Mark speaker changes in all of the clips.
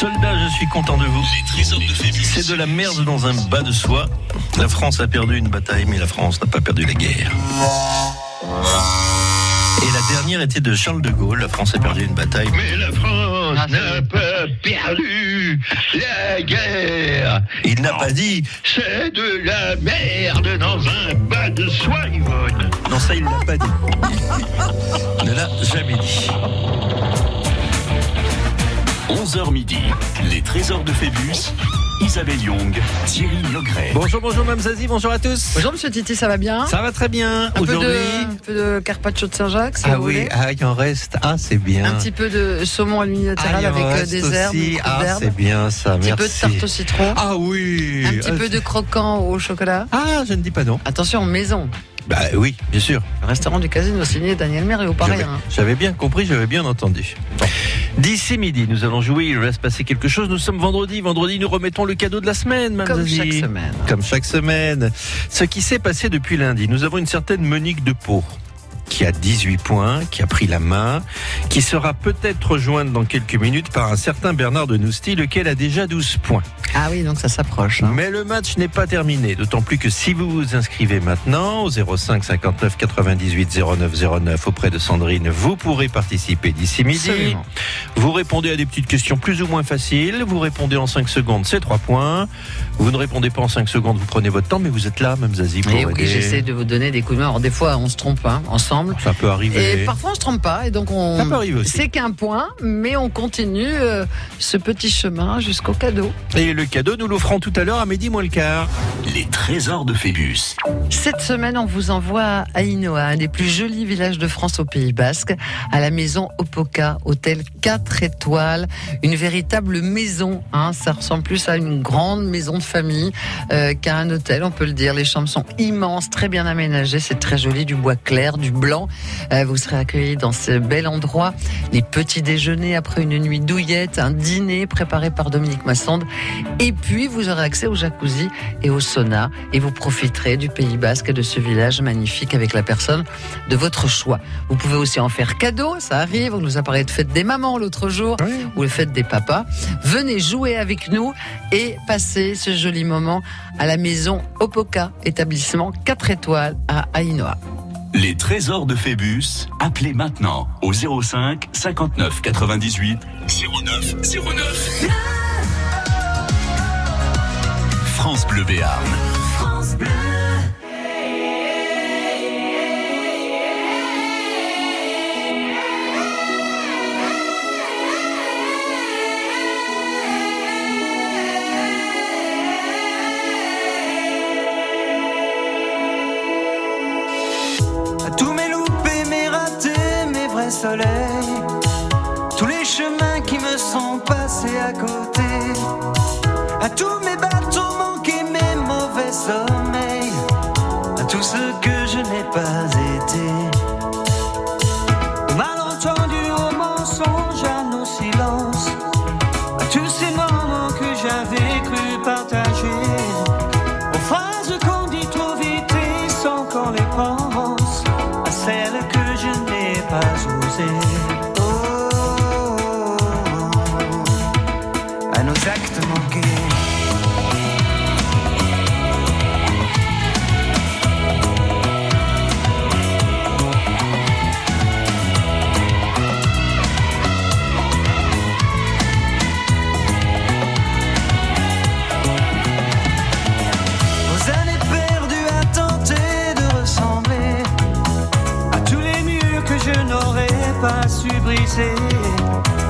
Speaker 1: Soldats, je suis content de vous. C'est de la merde dans un bas de soie. La France a perdu une bataille, mais la France n'a pas perdu la guerre. Et la dernière était de Charles de Gaulle. La France a perdu une bataille.
Speaker 2: Mais la France n'a pas perdu la guerre.
Speaker 1: Il n'a pas dit.
Speaker 2: C'est de la merde dans un bas de soie, Yvonne.
Speaker 1: Non, ça, il ne l'a pas dit. Il ne l'a jamais dit.
Speaker 3: 11h midi, les trésors de Phébus, Isabelle Young, Thierry Logret.
Speaker 4: Bonjour, bonjour Mme Zazie, bonjour à tous.
Speaker 5: Bonjour Monsieur Titi, ça va bien
Speaker 4: Ça va très bien
Speaker 5: Un peu
Speaker 4: aujourd'hui.
Speaker 5: de, un peu de carpaccio de Saint-Jacques, si
Speaker 4: Ah
Speaker 5: vous
Speaker 4: oui,
Speaker 5: voulez.
Speaker 4: ah, il en reste. Ah, c'est bien.
Speaker 5: Un petit peu de saumon à
Speaker 4: Ah,
Speaker 5: l'unilatéral
Speaker 4: il en
Speaker 5: avec euh,
Speaker 4: reste
Speaker 5: des herbes,
Speaker 4: aussi.
Speaker 5: beaucoup
Speaker 4: Ah,
Speaker 5: d'herbes.
Speaker 4: c'est bien ça,
Speaker 5: un petit peu de
Speaker 4: merci.
Speaker 5: tarte au citron,
Speaker 4: Ah oui.
Speaker 5: un petit
Speaker 4: Ah,
Speaker 5: peu de croquant au chocolat.
Speaker 4: Ah, je ne dis pas non.
Speaker 5: Attention, maison.
Speaker 4: Bah oui, bien sûr.
Speaker 5: Le restaurant du casino signé Daniel Mer et au pareil.
Speaker 4: J'avais- J'avais bien compris, j'avais bien entendu. Bon. D'ici midi, nous allons jouer. Il va se passer quelque chose. Nous sommes vendredi. Vendredi, nous remettons le cadeau de la semaine, Mme
Speaker 5: Comme
Speaker 4: Zazie.
Speaker 5: chaque semaine.
Speaker 4: comme chaque semaine. Ce qui s'est passé depuis lundi, nous avons une certaine Monique de Pau qui a 18 points, qui a pris la main, qui sera peut-être rejointe dans quelques minutes par un certain Bernard de Nousty, lequel a déjà 12 points.
Speaker 5: Ah oui, donc ça s'approche. hein.
Speaker 4: Mais le match n'est pas terminé, d'autant plus que si vous vous inscrivez maintenant au 05 59 98 09 09 auprès de Sandrine, vous pourrez participer d'ici midi.
Speaker 5: Absolument.
Speaker 4: Vous répondez à des petites questions plus ou moins faciles. Vous répondez en 5 secondes, c'est 3 points. Vous ne répondez pas en 5 secondes, vous prenez votre temps, mais vous êtes là, même Zazie, pour
Speaker 5: Et Eh oui,
Speaker 4: aider.
Speaker 5: j'essaie de vous donner des coups de main. Alors, des fois, on se trompe hein, ensemble.
Speaker 4: Ça peut arriver.
Speaker 5: Et parfois, on se trompe pas. Et donc,
Speaker 4: Ça peut
Speaker 5: on.
Speaker 4: arriver aussi.
Speaker 5: C'est qu'un point, mais on continue euh, ce petit chemin jusqu'au cadeau.
Speaker 4: Et le cadeau, nous l'offrons tout à l'heure à midi moins le quart.
Speaker 3: Les trésors de Phébus.
Speaker 5: Cette semaine, on vous envoie à Inoa, un des plus jolis villages de France au Pays Basque, à la maison Opoka, hôtel 4 étoiles, une véritable maison. hein. ça ressemble plus à une grande maison de famille euh, qu'à un hôtel, on peut le dire. Les chambres sont immenses, très bien aménagées, c'est très joli, du bois clair, du blanc. Euh, vous serez accueillis dans ce bel endroit. Les petits déjeuners après une nuit douillette, un dîner préparé par Dominique Massande. Et puis, vous aurez accès au jacuzzi et au sauna et vous profiterez du Pays Basque et de ce village magnifique avec la personne de votre choix. Vous pouvez aussi en faire cadeau, ça arrive, on nous a parlé de fête des mamans l'autre jour ou le fête des papas. Venez jouer avec nous et passer ce joli moment à la maison Opoka, établissement 4 étoiles à Ainoa.
Speaker 3: Les trésors de Phébus, appelez maintenant au 05 59 98 09 09. France Bleu Béarn.
Speaker 6: À tous mes loupés, mes ratés, mes vrais soleils. Tous les chemins qui me sont passés à côté. À tous mes bateaux manqués, mes mauvais sommeils. À tout ce que je n'ai pas été. Au malentendu, au mensonge, à nos silences. À tous ces moments que j'avais cru partager. Aux phrases qu'on dit trop vite et sans qu'on les pense, à celles que je n'ai pas osées. Oh, oh, oh, à nos actes manqués. Aux années perdues à tenter de ressembler à tous les murs que je n'aurais pas su briser,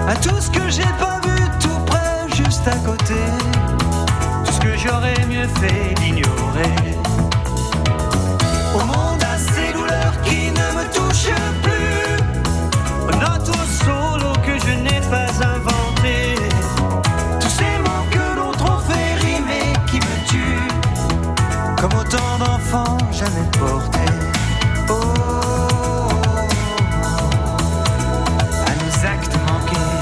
Speaker 6: à tout ce que j'ai pas vu tout près, juste à côté, tout ce que j'aurais mieux fait d'ignorer. Au monde à ces douleurs qui ne me touchent plus, aux notes au solo que je n'ai pas inventé, tous ces mots que l'on trop fait rimer qui me tuent comme autant d'enfants jamais portés. Oh, oh, oh, à nos actes manqués.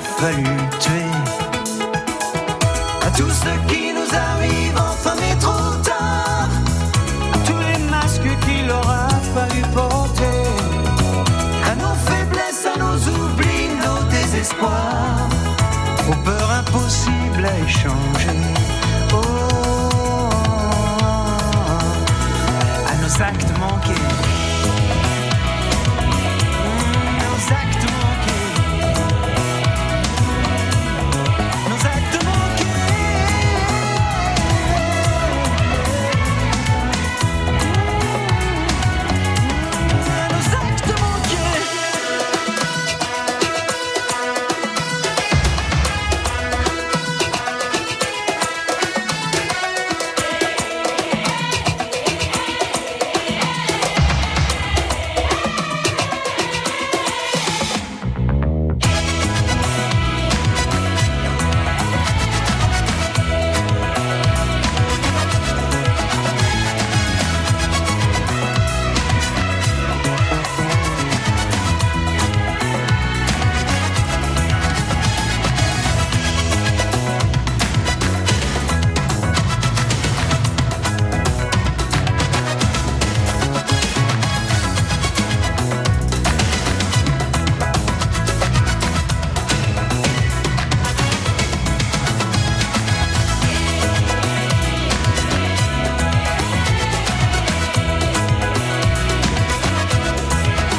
Speaker 6: fallu tuer. À tout ce qui nous arrive, enfin mais trop tard. À tous les masques qu'il aura fallu porter. À nos faiblesses, à nos oublis, nos désespoirs. Aux peurs impossibles à échanger. Oh, à nos actes manqués. Mmh, Nos actes manqués, nos actes manqués, nos actes manqués.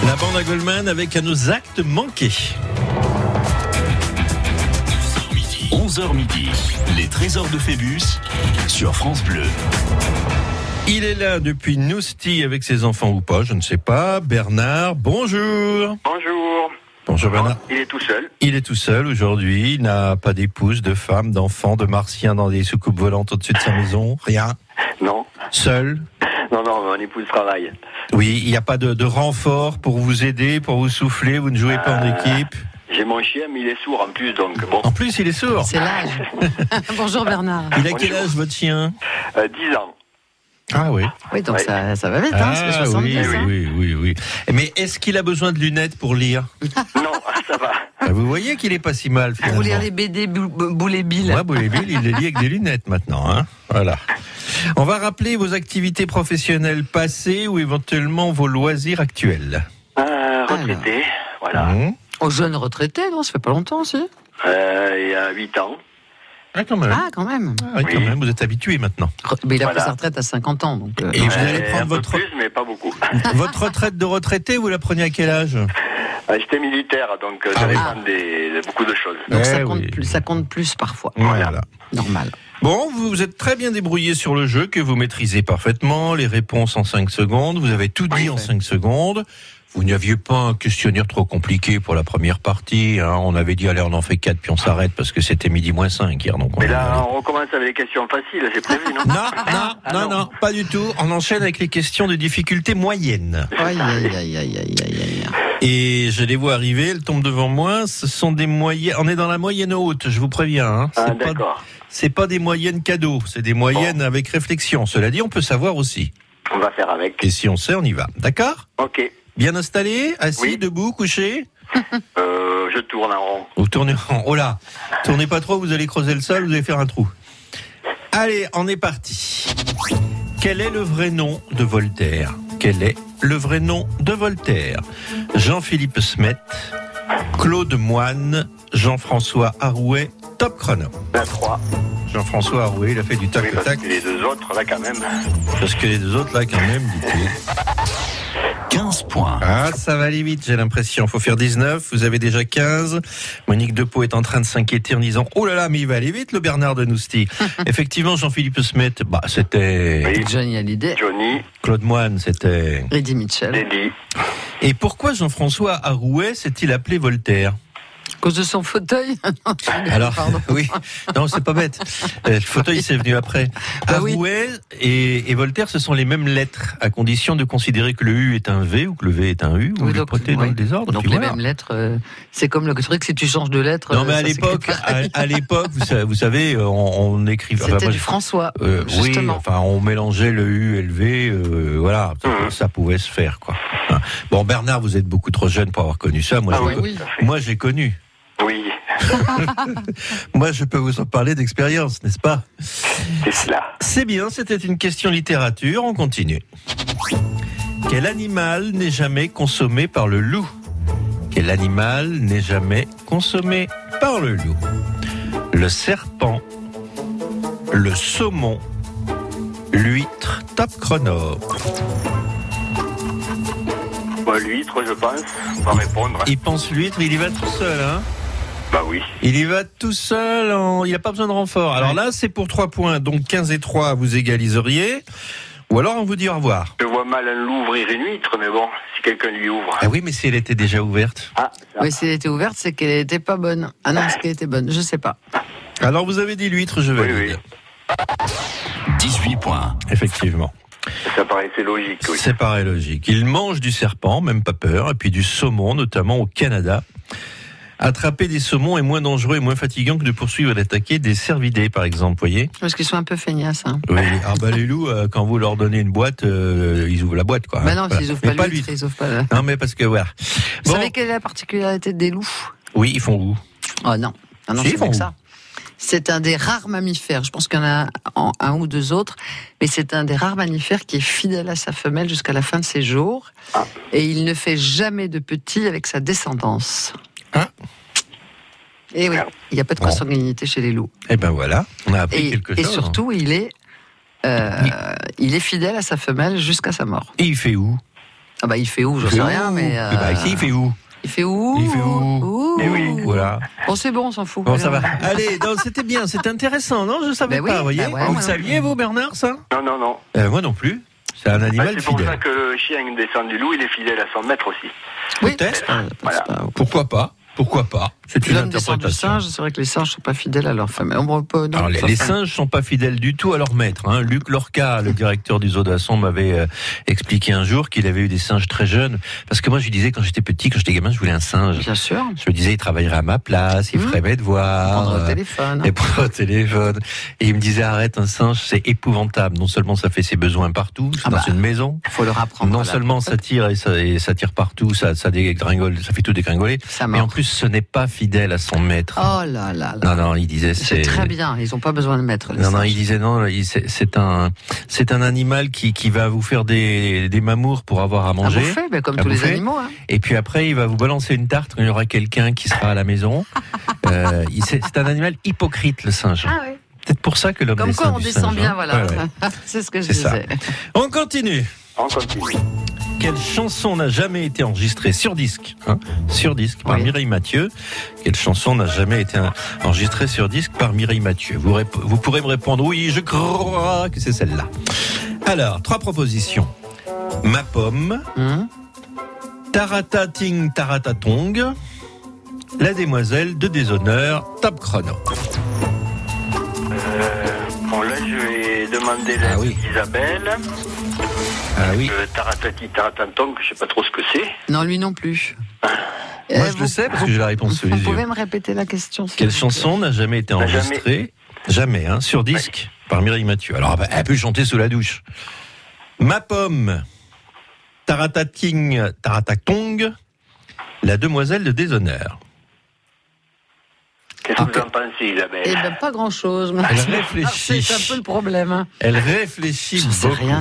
Speaker 4: La bande à Goldman avec à nos actes manqués.
Speaker 3: 11h midi, les trésors de Phébus sur France Bleu.
Speaker 4: Il est là depuis Nousti avec ses enfants ou pas, je ne sais pas. Bernard, bonjour.
Speaker 7: Bonjour.
Speaker 4: Bonjour Bernard.
Speaker 7: Il est tout seul.
Speaker 4: Il est tout seul aujourd'hui, il n'a pas d'épouse, de femme, d'enfant, de martien dans des soucoupes volantes au-dessus de sa maison, rien.
Speaker 7: Non,
Speaker 4: Seul.
Speaker 7: non, non, mon épouse travaille.
Speaker 4: Oui, il n'y a pas de, de renfort pour vous aider, pour vous souffler, vous ne jouez pas
Speaker 7: Euh.
Speaker 4: en équipe.
Speaker 7: J'ai mon chien, mais il est sourd en plus, donc bon,
Speaker 4: En plus, il est sourd.
Speaker 5: C'est l'âge. Bonjour Bernard.
Speaker 4: Il a quel âge votre chien
Speaker 7: euh, 10 ans.
Speaker 4: Ah oui. Ah
Speaker 5: Oui, donc
Speaker 7: Ouais.
Speaker 5: ça, ça va vite, hein, ça fait 70.
Speaker 4: oui,
Speaker 5: hein.
Speaker 4: oui, oui, oui. Mais est-ce qu'il a besoin de lunettes pour lire
Speaker 7: Non, ça va.
Speaker 4: Bah, Vous voyez qu'il est pas si mal
Speaker 5: Ah, Vous
Speaker 4: finalement.
Speaker 5: lire les BD Bou- Bou- Boulet Bill.
Speaker 4: Moi, Bouléville, il les lit avec des lunettes maintenant. Hein voilà. On va rappeler vos activités professionnelles passées ou éventuellement vos loisirs actuels.
Speaker 7: Euh, retraité, voilà.
Speaker 4: Mmh.
Speaker 5: Aux jeunes retraités, Oh, non, ça fait pas longtemps, si.
Speaker 7: Euh, il y a 8 ans.
Speaker 4: Ah, quand même.
Speaker 5: Ah, quand même.
Speaker 4: Ah oui, quand
Speaker 7: oui.
Speaker 4: même, vous êtes habitué maintenant.
Speaker 5: Re- Mais il a
Speaker 7: Voilà.
Speaker 5: pris sa retraite à 50 ans, donc. euh,
Speaker 4: Et vous allez
Speaker 7: Euh,
Speaker 4: prendre
Speaker 7: un peu
Speaker 4: votre,
Speaker 7: plus, mais pas beaucoup.
Speaker 4: votre retraite de retraité, vous la prenez à quel âge
Speaker 7: Euh, J'étais militaire, donc euh,
Speaker 4: Ah
Speaker 7: ça
Speaker 5: oui.
Speaker 7: dépend des- de beaucoup de choses.
Speaker 5: donc ça
Speaker 4: Eh
Speaker 5: compte,
Speaker 4: oui.
Speaker 5: plus, ça compte plus parfois.
Speaker 4: Voilà.
Speaker 5: Normal.
Speaker 4: Bon, vous vous êtes très bien débrouillé sur le jeu que vous maîtrisez parfaitement, les réponses en 5 secondes, vous avez tout dit en 5 secondes. Vous n'aviez pas un questionnaire trop compliqué pour la première partie, hein. on avait dit allez on en fait 4 puis on s'arrête parce que c'était midi moins 5 hier donc on
Speaker 7: Mais
Speaker 4: est allé.
Speaker 7: là, on recommence avec les questions faciles, c'est prévu, non Ah,
Speaker 4: Non, non, non, non, pas du tout. On enchaîne avec les questions de difficulté moyenne.
Speaker 5: Aïe, aïe, aïe, aïe, aïe, aïe, aïe.
Speaker 4: Et je les vois arriver, elles tombent devant moi. Ce sont des moyennes. On est dans la moyenne haute, je vous préviens. Hein.
Speaker 7: Ah,
Speaker 4: C'est pas-
Speaker 7: D'accord,
Speaker 4: c'est pas, des moyennes cadeaux, c'est des moyennes avec réflexion. Cela dit, on peut savoir aussi.
Speaker 7: on va faire avec.
Speaker 4: Et si on sait, on y va. D'accord
Speaker 7: Ok,
Speaker 4: Bien installé, assis,
Speaker 7: Oui.
Speaker 4: debout, couché.
Speaker 7: euh, je tourne en rond.
Speaker 4: Vous tournez. Oh là, tournez pas trop, vous allez creuser le sol, vous allez faire un trou. Allez, on est parti. Quel est le vrai nom de Voltaire Quel est le vrai nom de Voltaire Jean-Philippe Smet, Claude Moine, Jean-François Harouet, top chrono.
Speaker 7: La 3.
Speaker 4: Jean-François Harouet, il a fait du tac
Speaker 7: Oui,
Speaker 4: au
Speaker 7: parce
Speaker 4: tac,
Speaker 7: que les deux autres, là, quand même.
Speaker 4: parce que les deux autres là quand même, dites-le.
Speaker 3: 15 points.
Speaker 4: Ah, ça va aller vite, j'ai l'impression. Faut faire 19, vous avez déjà 15. Monique Depot est en train de s'inquiéter en disant Oh là là, mais il va aller vite, le Bernard de Nousti. Effectivement, Jean-Philippe Smet, bah, c'était
Speaker 7: Oui.
Speaker 5: Johnny Hallyday,
Speaker 7: Johnny,
Speaker 4: Claude Moine, c'était.
Speaker 5: Eddie Mitchell.
Speaker 7: Lady,
Speaker 4: Et pourquoi Jean-François Arouet s'est-il appelé Voltaire
Speaker 5: À cause de son fauteuil.
Speaker 4: Alors,
Speaker 5: Pardon.
Speaker 4: oui, non, c'est pas bête. Euh, le fauteuil, c'est venu après.
Speaker 5: Bah oui.
Speaker 4: Arouet et, et Voltaire, ce sont les mêmes lettres, à condition de considérer que le U est un V ou que le V est un U, ou
Speaker 5: Oui,
Speaker 4: de le prêter dans
Speaker 5: oui.
Speaker 4: le désordre.
Speaker 5: Donc
Speaker 4: puis
Speaker 5: les
Speaker 4: voilà.
Speaker 5: mêmes lettres, euh, c'est comme le truc, si tu changes de lettre.
Speaker 4: Non,
Speaker 5: euh,
Speaker 4: mais à
Speaker 5: ça s'écrit
Speaker 4: l'époque,
Speaker 5: pas.
Speaker 4: à, à l'époque, vous savez, vous savez, euh, on, on écrivait.
Speaker 5: C'était
Speaker 4: enfin, moi,
Speaker 5: du François,
Speaker 4: je- euh, oui,
Speaker 5: justement.
Speaker 4: enfin, on mélangeait le U et le V, euh, voilà,
Speaker 7: Mhm.
Speaker 4: ça pouvait se faire, quoi. Hein. Bon, Bernard, vous êtes beaucoup trop jeune pour avoir connu ça. Moi,
Speaker 7: Ah
Speaker 4: je
Speaker 7: oui,
Speaker 4: l'ai co-
Speaker 5: oui.
Speaker 7: tout à fait.
Speaker 4: moi, j'ai connu.
Speaker 7: Oui,
Speaker 4: Moi, je peux vous en parler d'expérience, n'est-ce pas
Speaker 7: C'est cela.
Speaker 4: C'est bien, c'était une question littérature, on continue. Quel animal n'est jamais consommé par le loup Quel animal n'est jamais consommé par le loup Le serpent, le saumon, l'huître, top chrono.
Speaker 7: Bah, L'huître, je pense. On va répondre.
Speaker 4: Il pense l'huître, il y va tout seul, hein
Speaker 7: Bah oui.
Speaker 4: Il y va tout seul, en- il n'a pas besoin de renfort. Alors là, c'est pour 3 points, donc 15 et 3, vous égaliseriez. Ou alors on vous dit au revoir.
Speaker 7: Je vois mal un loup ouvrir une huître, mais bon, si quelqu'un lui ouvre.
Speaker 4: Ah oui, mais si elle était déjà ouverte.
Speaker 7: Ah, ça.
Speaker 5: Oui, si elle était ouverte, c'est qu'elle n'était pas bonne. Ah non, c'est qu'elle était bonne, je sais pas.
Speaker 4: Alors vous avez dit l'huître, je
Speaker 7: Oui,
Speaker 4: valide.
Speaker 7: oui.
Speaker 3: 18 points.
Speaker 4: Effectivement.
Speaker 7: Ça paraissait logique, oui.
Speaker 4: C'est pareil logique. Il mange du serpent, même pas peur, et puis du saumon, notamment au Canada. Attraper des saumons est moins dangereux et moins fatigant que de poursuivre et d'attaquer des cervidés, par exemple, voyez
Speaker 5: Parce qu'ils sont un peu feignasses. Hein.
Speaker 4: oui. Ah bah les loups, euh, quand vous leur donnez une boîte, euh, ils ouvrent la boîte, quoi.
Speaker 5: Bah non,
Speaker 4: Voilà.
Speaker 5: ils ouvrent
Speaker 4: Mais
Speaker 5: pas l'huître, ils ouvrent pas le-
Speaker 4: Non, mais parce que, voilà.
Speaker 5: Vous
Speaker 4: Bon.
Speaker 5: savez quelle est la particularité des loups
Speaker 4: Oui, ils font où
Speaker 5: Oh non, ah non
Speaker 4: Si,
Speaker 5: c'est pas
Speaker 4: bon.
Speaker 5: que ça. C'est un des rares mammifères. Je pense qu'il y en a en- un ou deux autres, mais c'est un des rares mammifères qui est fidèle à sa femelle jusqu'à la fin de ses jours.
Speaker 7: Ah.
Speaker 5: Et il ne fait jamais de petits avec sa descendance.
Speaker 4: Ah.
Speaker 5: Et oui, il n'y a pas de
Speaker 4: Bon.
Speaker 5: consanguinité chez les loups.
Speaker 4: Eh ben voilà, on a appris
Speaker 5: Et,
Speaker 4: quelque
Speaker 5: et
Speaker 4: chose. hein.
Speaker 5: surtout, il est, euh, il est fidèle à sa femelle jusqu'à sa mort.
Speaker 4: Et il fait où
Speaker 5: Ah bah, il fait où J'en sais rien, mais. euh,
Speaker 4: Eh ben, ici, il fait où
Speaker 5: il fait où
Speaker 4: Il fait où
Speaker 5: Ouh.
Speaker 4: Eh Voilà.
Speaker 5: Bon, c'est bon, on s'en fout.
Speaker 4: Bon, ça va.
Speaker 5: Allez,
Speaker 4: Allez, non, c'était bien, c'était intéressant, non Je savais
Speaker 5: Ben oui,
Speaker 4: pas, vous voyez.
Speaker 5: ben ouais,
Speaker 4: vous
Speaker 5: moi
Speaker 4: le saviez, vous, Bernard, ça
Speaker 7: Non, non, non.
Speaker 4: Euh, Moi non plus. C'est un
Speaker 7: Ah,
Speaker 4: animal
Speaker 7: c'est pour ça
Speaker 4: fidèle.
Speaker 7: que le chien descend du loup, il est fidèle à son maître aussi.
Speaker 5: Oui.
Speaker 4: Peut-être.
Speaker 5: on- euh,
Speaker 7: Voilà.
Speaker 5: c'est pas-
Speaker 4: Pourquoi pas Pourquoi pas C'est une
Speaker 5: L'homme descend du
Speaker 4: interprétation.
Speaker 5: singe, c'est vrai que les singes sont pas fidèles à leur femme. On voit pas- non,
Speaker 4: Alors, les,
Speaker 5: ça
Speaker 4: les
Speaker 5: fait-
Speaker 4: singes sont pas fidèles du tout à leur maître. Hein. Luc Lorca, le directeur du zoo d'Asson, m'avait euh, expliqué un jour qu'il avait eu des singes très jeunes. Parce que moi, je lui disais quand j'étais petit, quand j'étais gamin, je voulais un singe.
Speaker 5: Bien sûr.
Speaker 4: Je me disais, il travaillerait à ma place, il
Speaker 5: Mhm.
Speaker 4: ferait mes devoirs.
Speaker 5: Prendre le
Speaker 4: euh,
Speaker 5: téléphone.
Speaker 4: et prendre au téléphone. Et il me disait, arrête, un singe, c'est épouvantable. Non seulement ça fait ses besoins partout, c'est
Speaker 5: Ah
Speaker 4: dans
Speaker 5: bah,
Speaker 4: une maison.
Speaker 5: Faut leur apprendre.
Speaker 4: non
Speaker 5: la-
Speaker 4: seulement ça tire et ça, et ça tire partout, ça, ça dégringole, ça fait tout dégringoler.
Speaker 5: Ça
Speaker 4: Mais en
Speaker 5: mord.
Speaker 4: plus, ce n'est pas fidèle à son maître.
Speaker 5: Oh là là là.
Speaker 4: Non, non, il disait,
Speaker 5: C'est
Speaker 4: c'est.
Speaker 5: très bien. Ils ont pas besoin de mettre. les
Speaker 4: Non, non,
Speaker 5: singes.
Speaker 4: il disait non, il- c'est c'est un, c'est un animal qui, qui va vous faire des, des mamours pour avoir à
Speaker 5: À
Speaker 4: manger.
Speaker 5: bouffer, ben, comme
Speaker 4: à
Speaker 5: tous les
Speaker 4: bouffer.
Speaker 5: animaux. hein.
Speaker 4: Et puis après, il va vous balancer une tarte quand il y aura quelqu'un qui sera à la maison. Euh, il- c'est c'est un animal hypocrite, le singe.
Speaker 5: Ah ouais.
Speaker 4: Peut-être pour ça que l'homme
Speaker 5: Comme quoi,
Speaker 4: descend
Speaker 5: on
Speaker 4: du
Speaker 5: descend
Speaker 4: singe,
Speaker 5: bien,
Speaker 4: hein.
Speaker 5: voilà.
Speaker 4: Ouais, ouais.
Speaker 5: C'est ce que je
Speaker 4: C'est ça.
Speaker 5: disais.
Speaker 4: On continue.
Speaker 7: On continue.
Speaker 4: Quelle chanson n'a jamais été enregistrée sur disque hein, Sur disque par
Speaker 5: Oui.
Speaker 4: Mireille Mathieu. Quelle chanson n'a jamais été un- enregistrée sur disque par Mireille Mathieu vous, rép- vous pourrez me répondre oui, je crois que c'est celle-là. Alors, trois propositions. Ma pomme,
Speaker 5: Hum.
Speaker 4: Taratating Taratatong, La demoiselle de déshonneur, Top Chrono.
Speaker 7: Euh, Bon, là, je vais demander l'aide
Speaker 4: Ah oui.
Speaker 7: d'Isabelle.
Speaker 4: Ah oui.
Speaker 7: Euh, taratati, taratanton, que je sais pas trop ce que c'est.
Speaker 5: Non, lui non plus.
Speaker 4: Moi,
Speaker 5: Euh,
Speaker 4: je
Speaker 5: vous-
Speaker 4: le sais parce que j'ai la réponse sous les
Speaker 5: Vous
Speaker 4: yeux.
Speaker 5: pouvez me répéter la question s'il
Speaker 4: Quelle
Speaker 5: vous plaît
Speaker 4: chanson n'a jamais été
Speaker 7: N'a jamais.
Speaker 4: enregistrée Jamais, hein, sur disque, par Mireille Mathieu. Alors, bah, elle peut chanter sous la douche. Ma pomme, Taratating, Taratactong, La demoiselle de déshonneur.
Speaker 7: Qu'est-ce que
Speaker 5: Ah,
Speaker 7: vous en pensez,
Speaker 5: Eh
Speaker 7: Isabelle
Speaker 5: ben, pas grand chose.
Speaker 4: Elle réfléchit.
Speaker 5: C'est un peu le problème. hein.
Speaker 4: Elle réfléchit
Speaker 5: J'en sais
Speaker 4: beaucoup.
Speaker 5: rien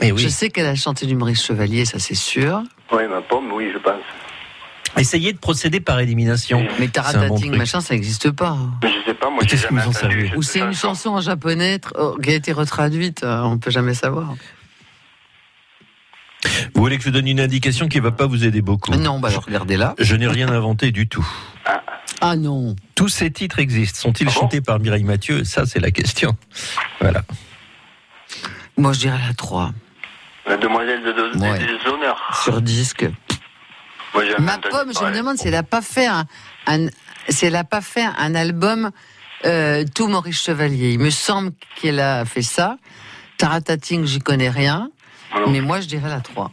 Speaker 5: du
Speaker 4: Et
Speaker 5: Je
Speaker 4: oui.
Speaker 5: sais qu'elle a chanté du Maurice Chevalier, ça c'est sûr.
Speaker 7: Oui, ma pomme, oui, je pense.
Speaker 4: Essayez de procéder par élimination.
Speaker 5: Mais
Speaker 4: C'est un bon
Speaker 5: Taratating,
Speaker 4: truc.
Speaker 5: machin, ça n'existe pas.
Speaker 7: Mais je sais pas, moi,
Speaker 4: Mais
Speaker 7: j'ai
Speaker 4: qu'est-ce que
Speaker 7: jamais
Speaker 4: vous en savez
Speaker 7: entendu. cette
Speaker 5: Ou c'est une chanson en japonais tr- oh, qui a été retraduite, euh, on peut jamais savoir.
Speaker 4: Vous voulez que je vous donne une indication qui ne va pas vous aider beaucoup
Speaker 5: Non, bah alors regardez là.
Speaker 4: Je n'ai rien inventé du tout.
Speaker 5: Ah non.
Speaker 4: Tous ces titres existent. Sont-ils
Speaker 7: Ah bon
Speaker 4: chantés par Mireille Mathieu Ça, c'est la question. Voilà.
Speaker 5: Moi je dirais la 3
Speaker 7: La demoiselle de, de,
Speaker 5: Ouais.
Speaker 7: des déshonneurs.
Speaker 5: sur disque.
Speaker 7: Moi, j'ai jamais
Speaker 5: Ma
Speaker 7: entendu
Speaker 5: pomme, je me
Speaker 7: parler.
Speaker 5: demande si elle a pas fait un, un- si elle a pas fait un album euh, tout Maurice Chevalier. Il me semble qu'elle a fait ça. Taratating, j'y connais rien,
Speaker 7: Alors,
Speaker 5: mais moi je dirais la 3.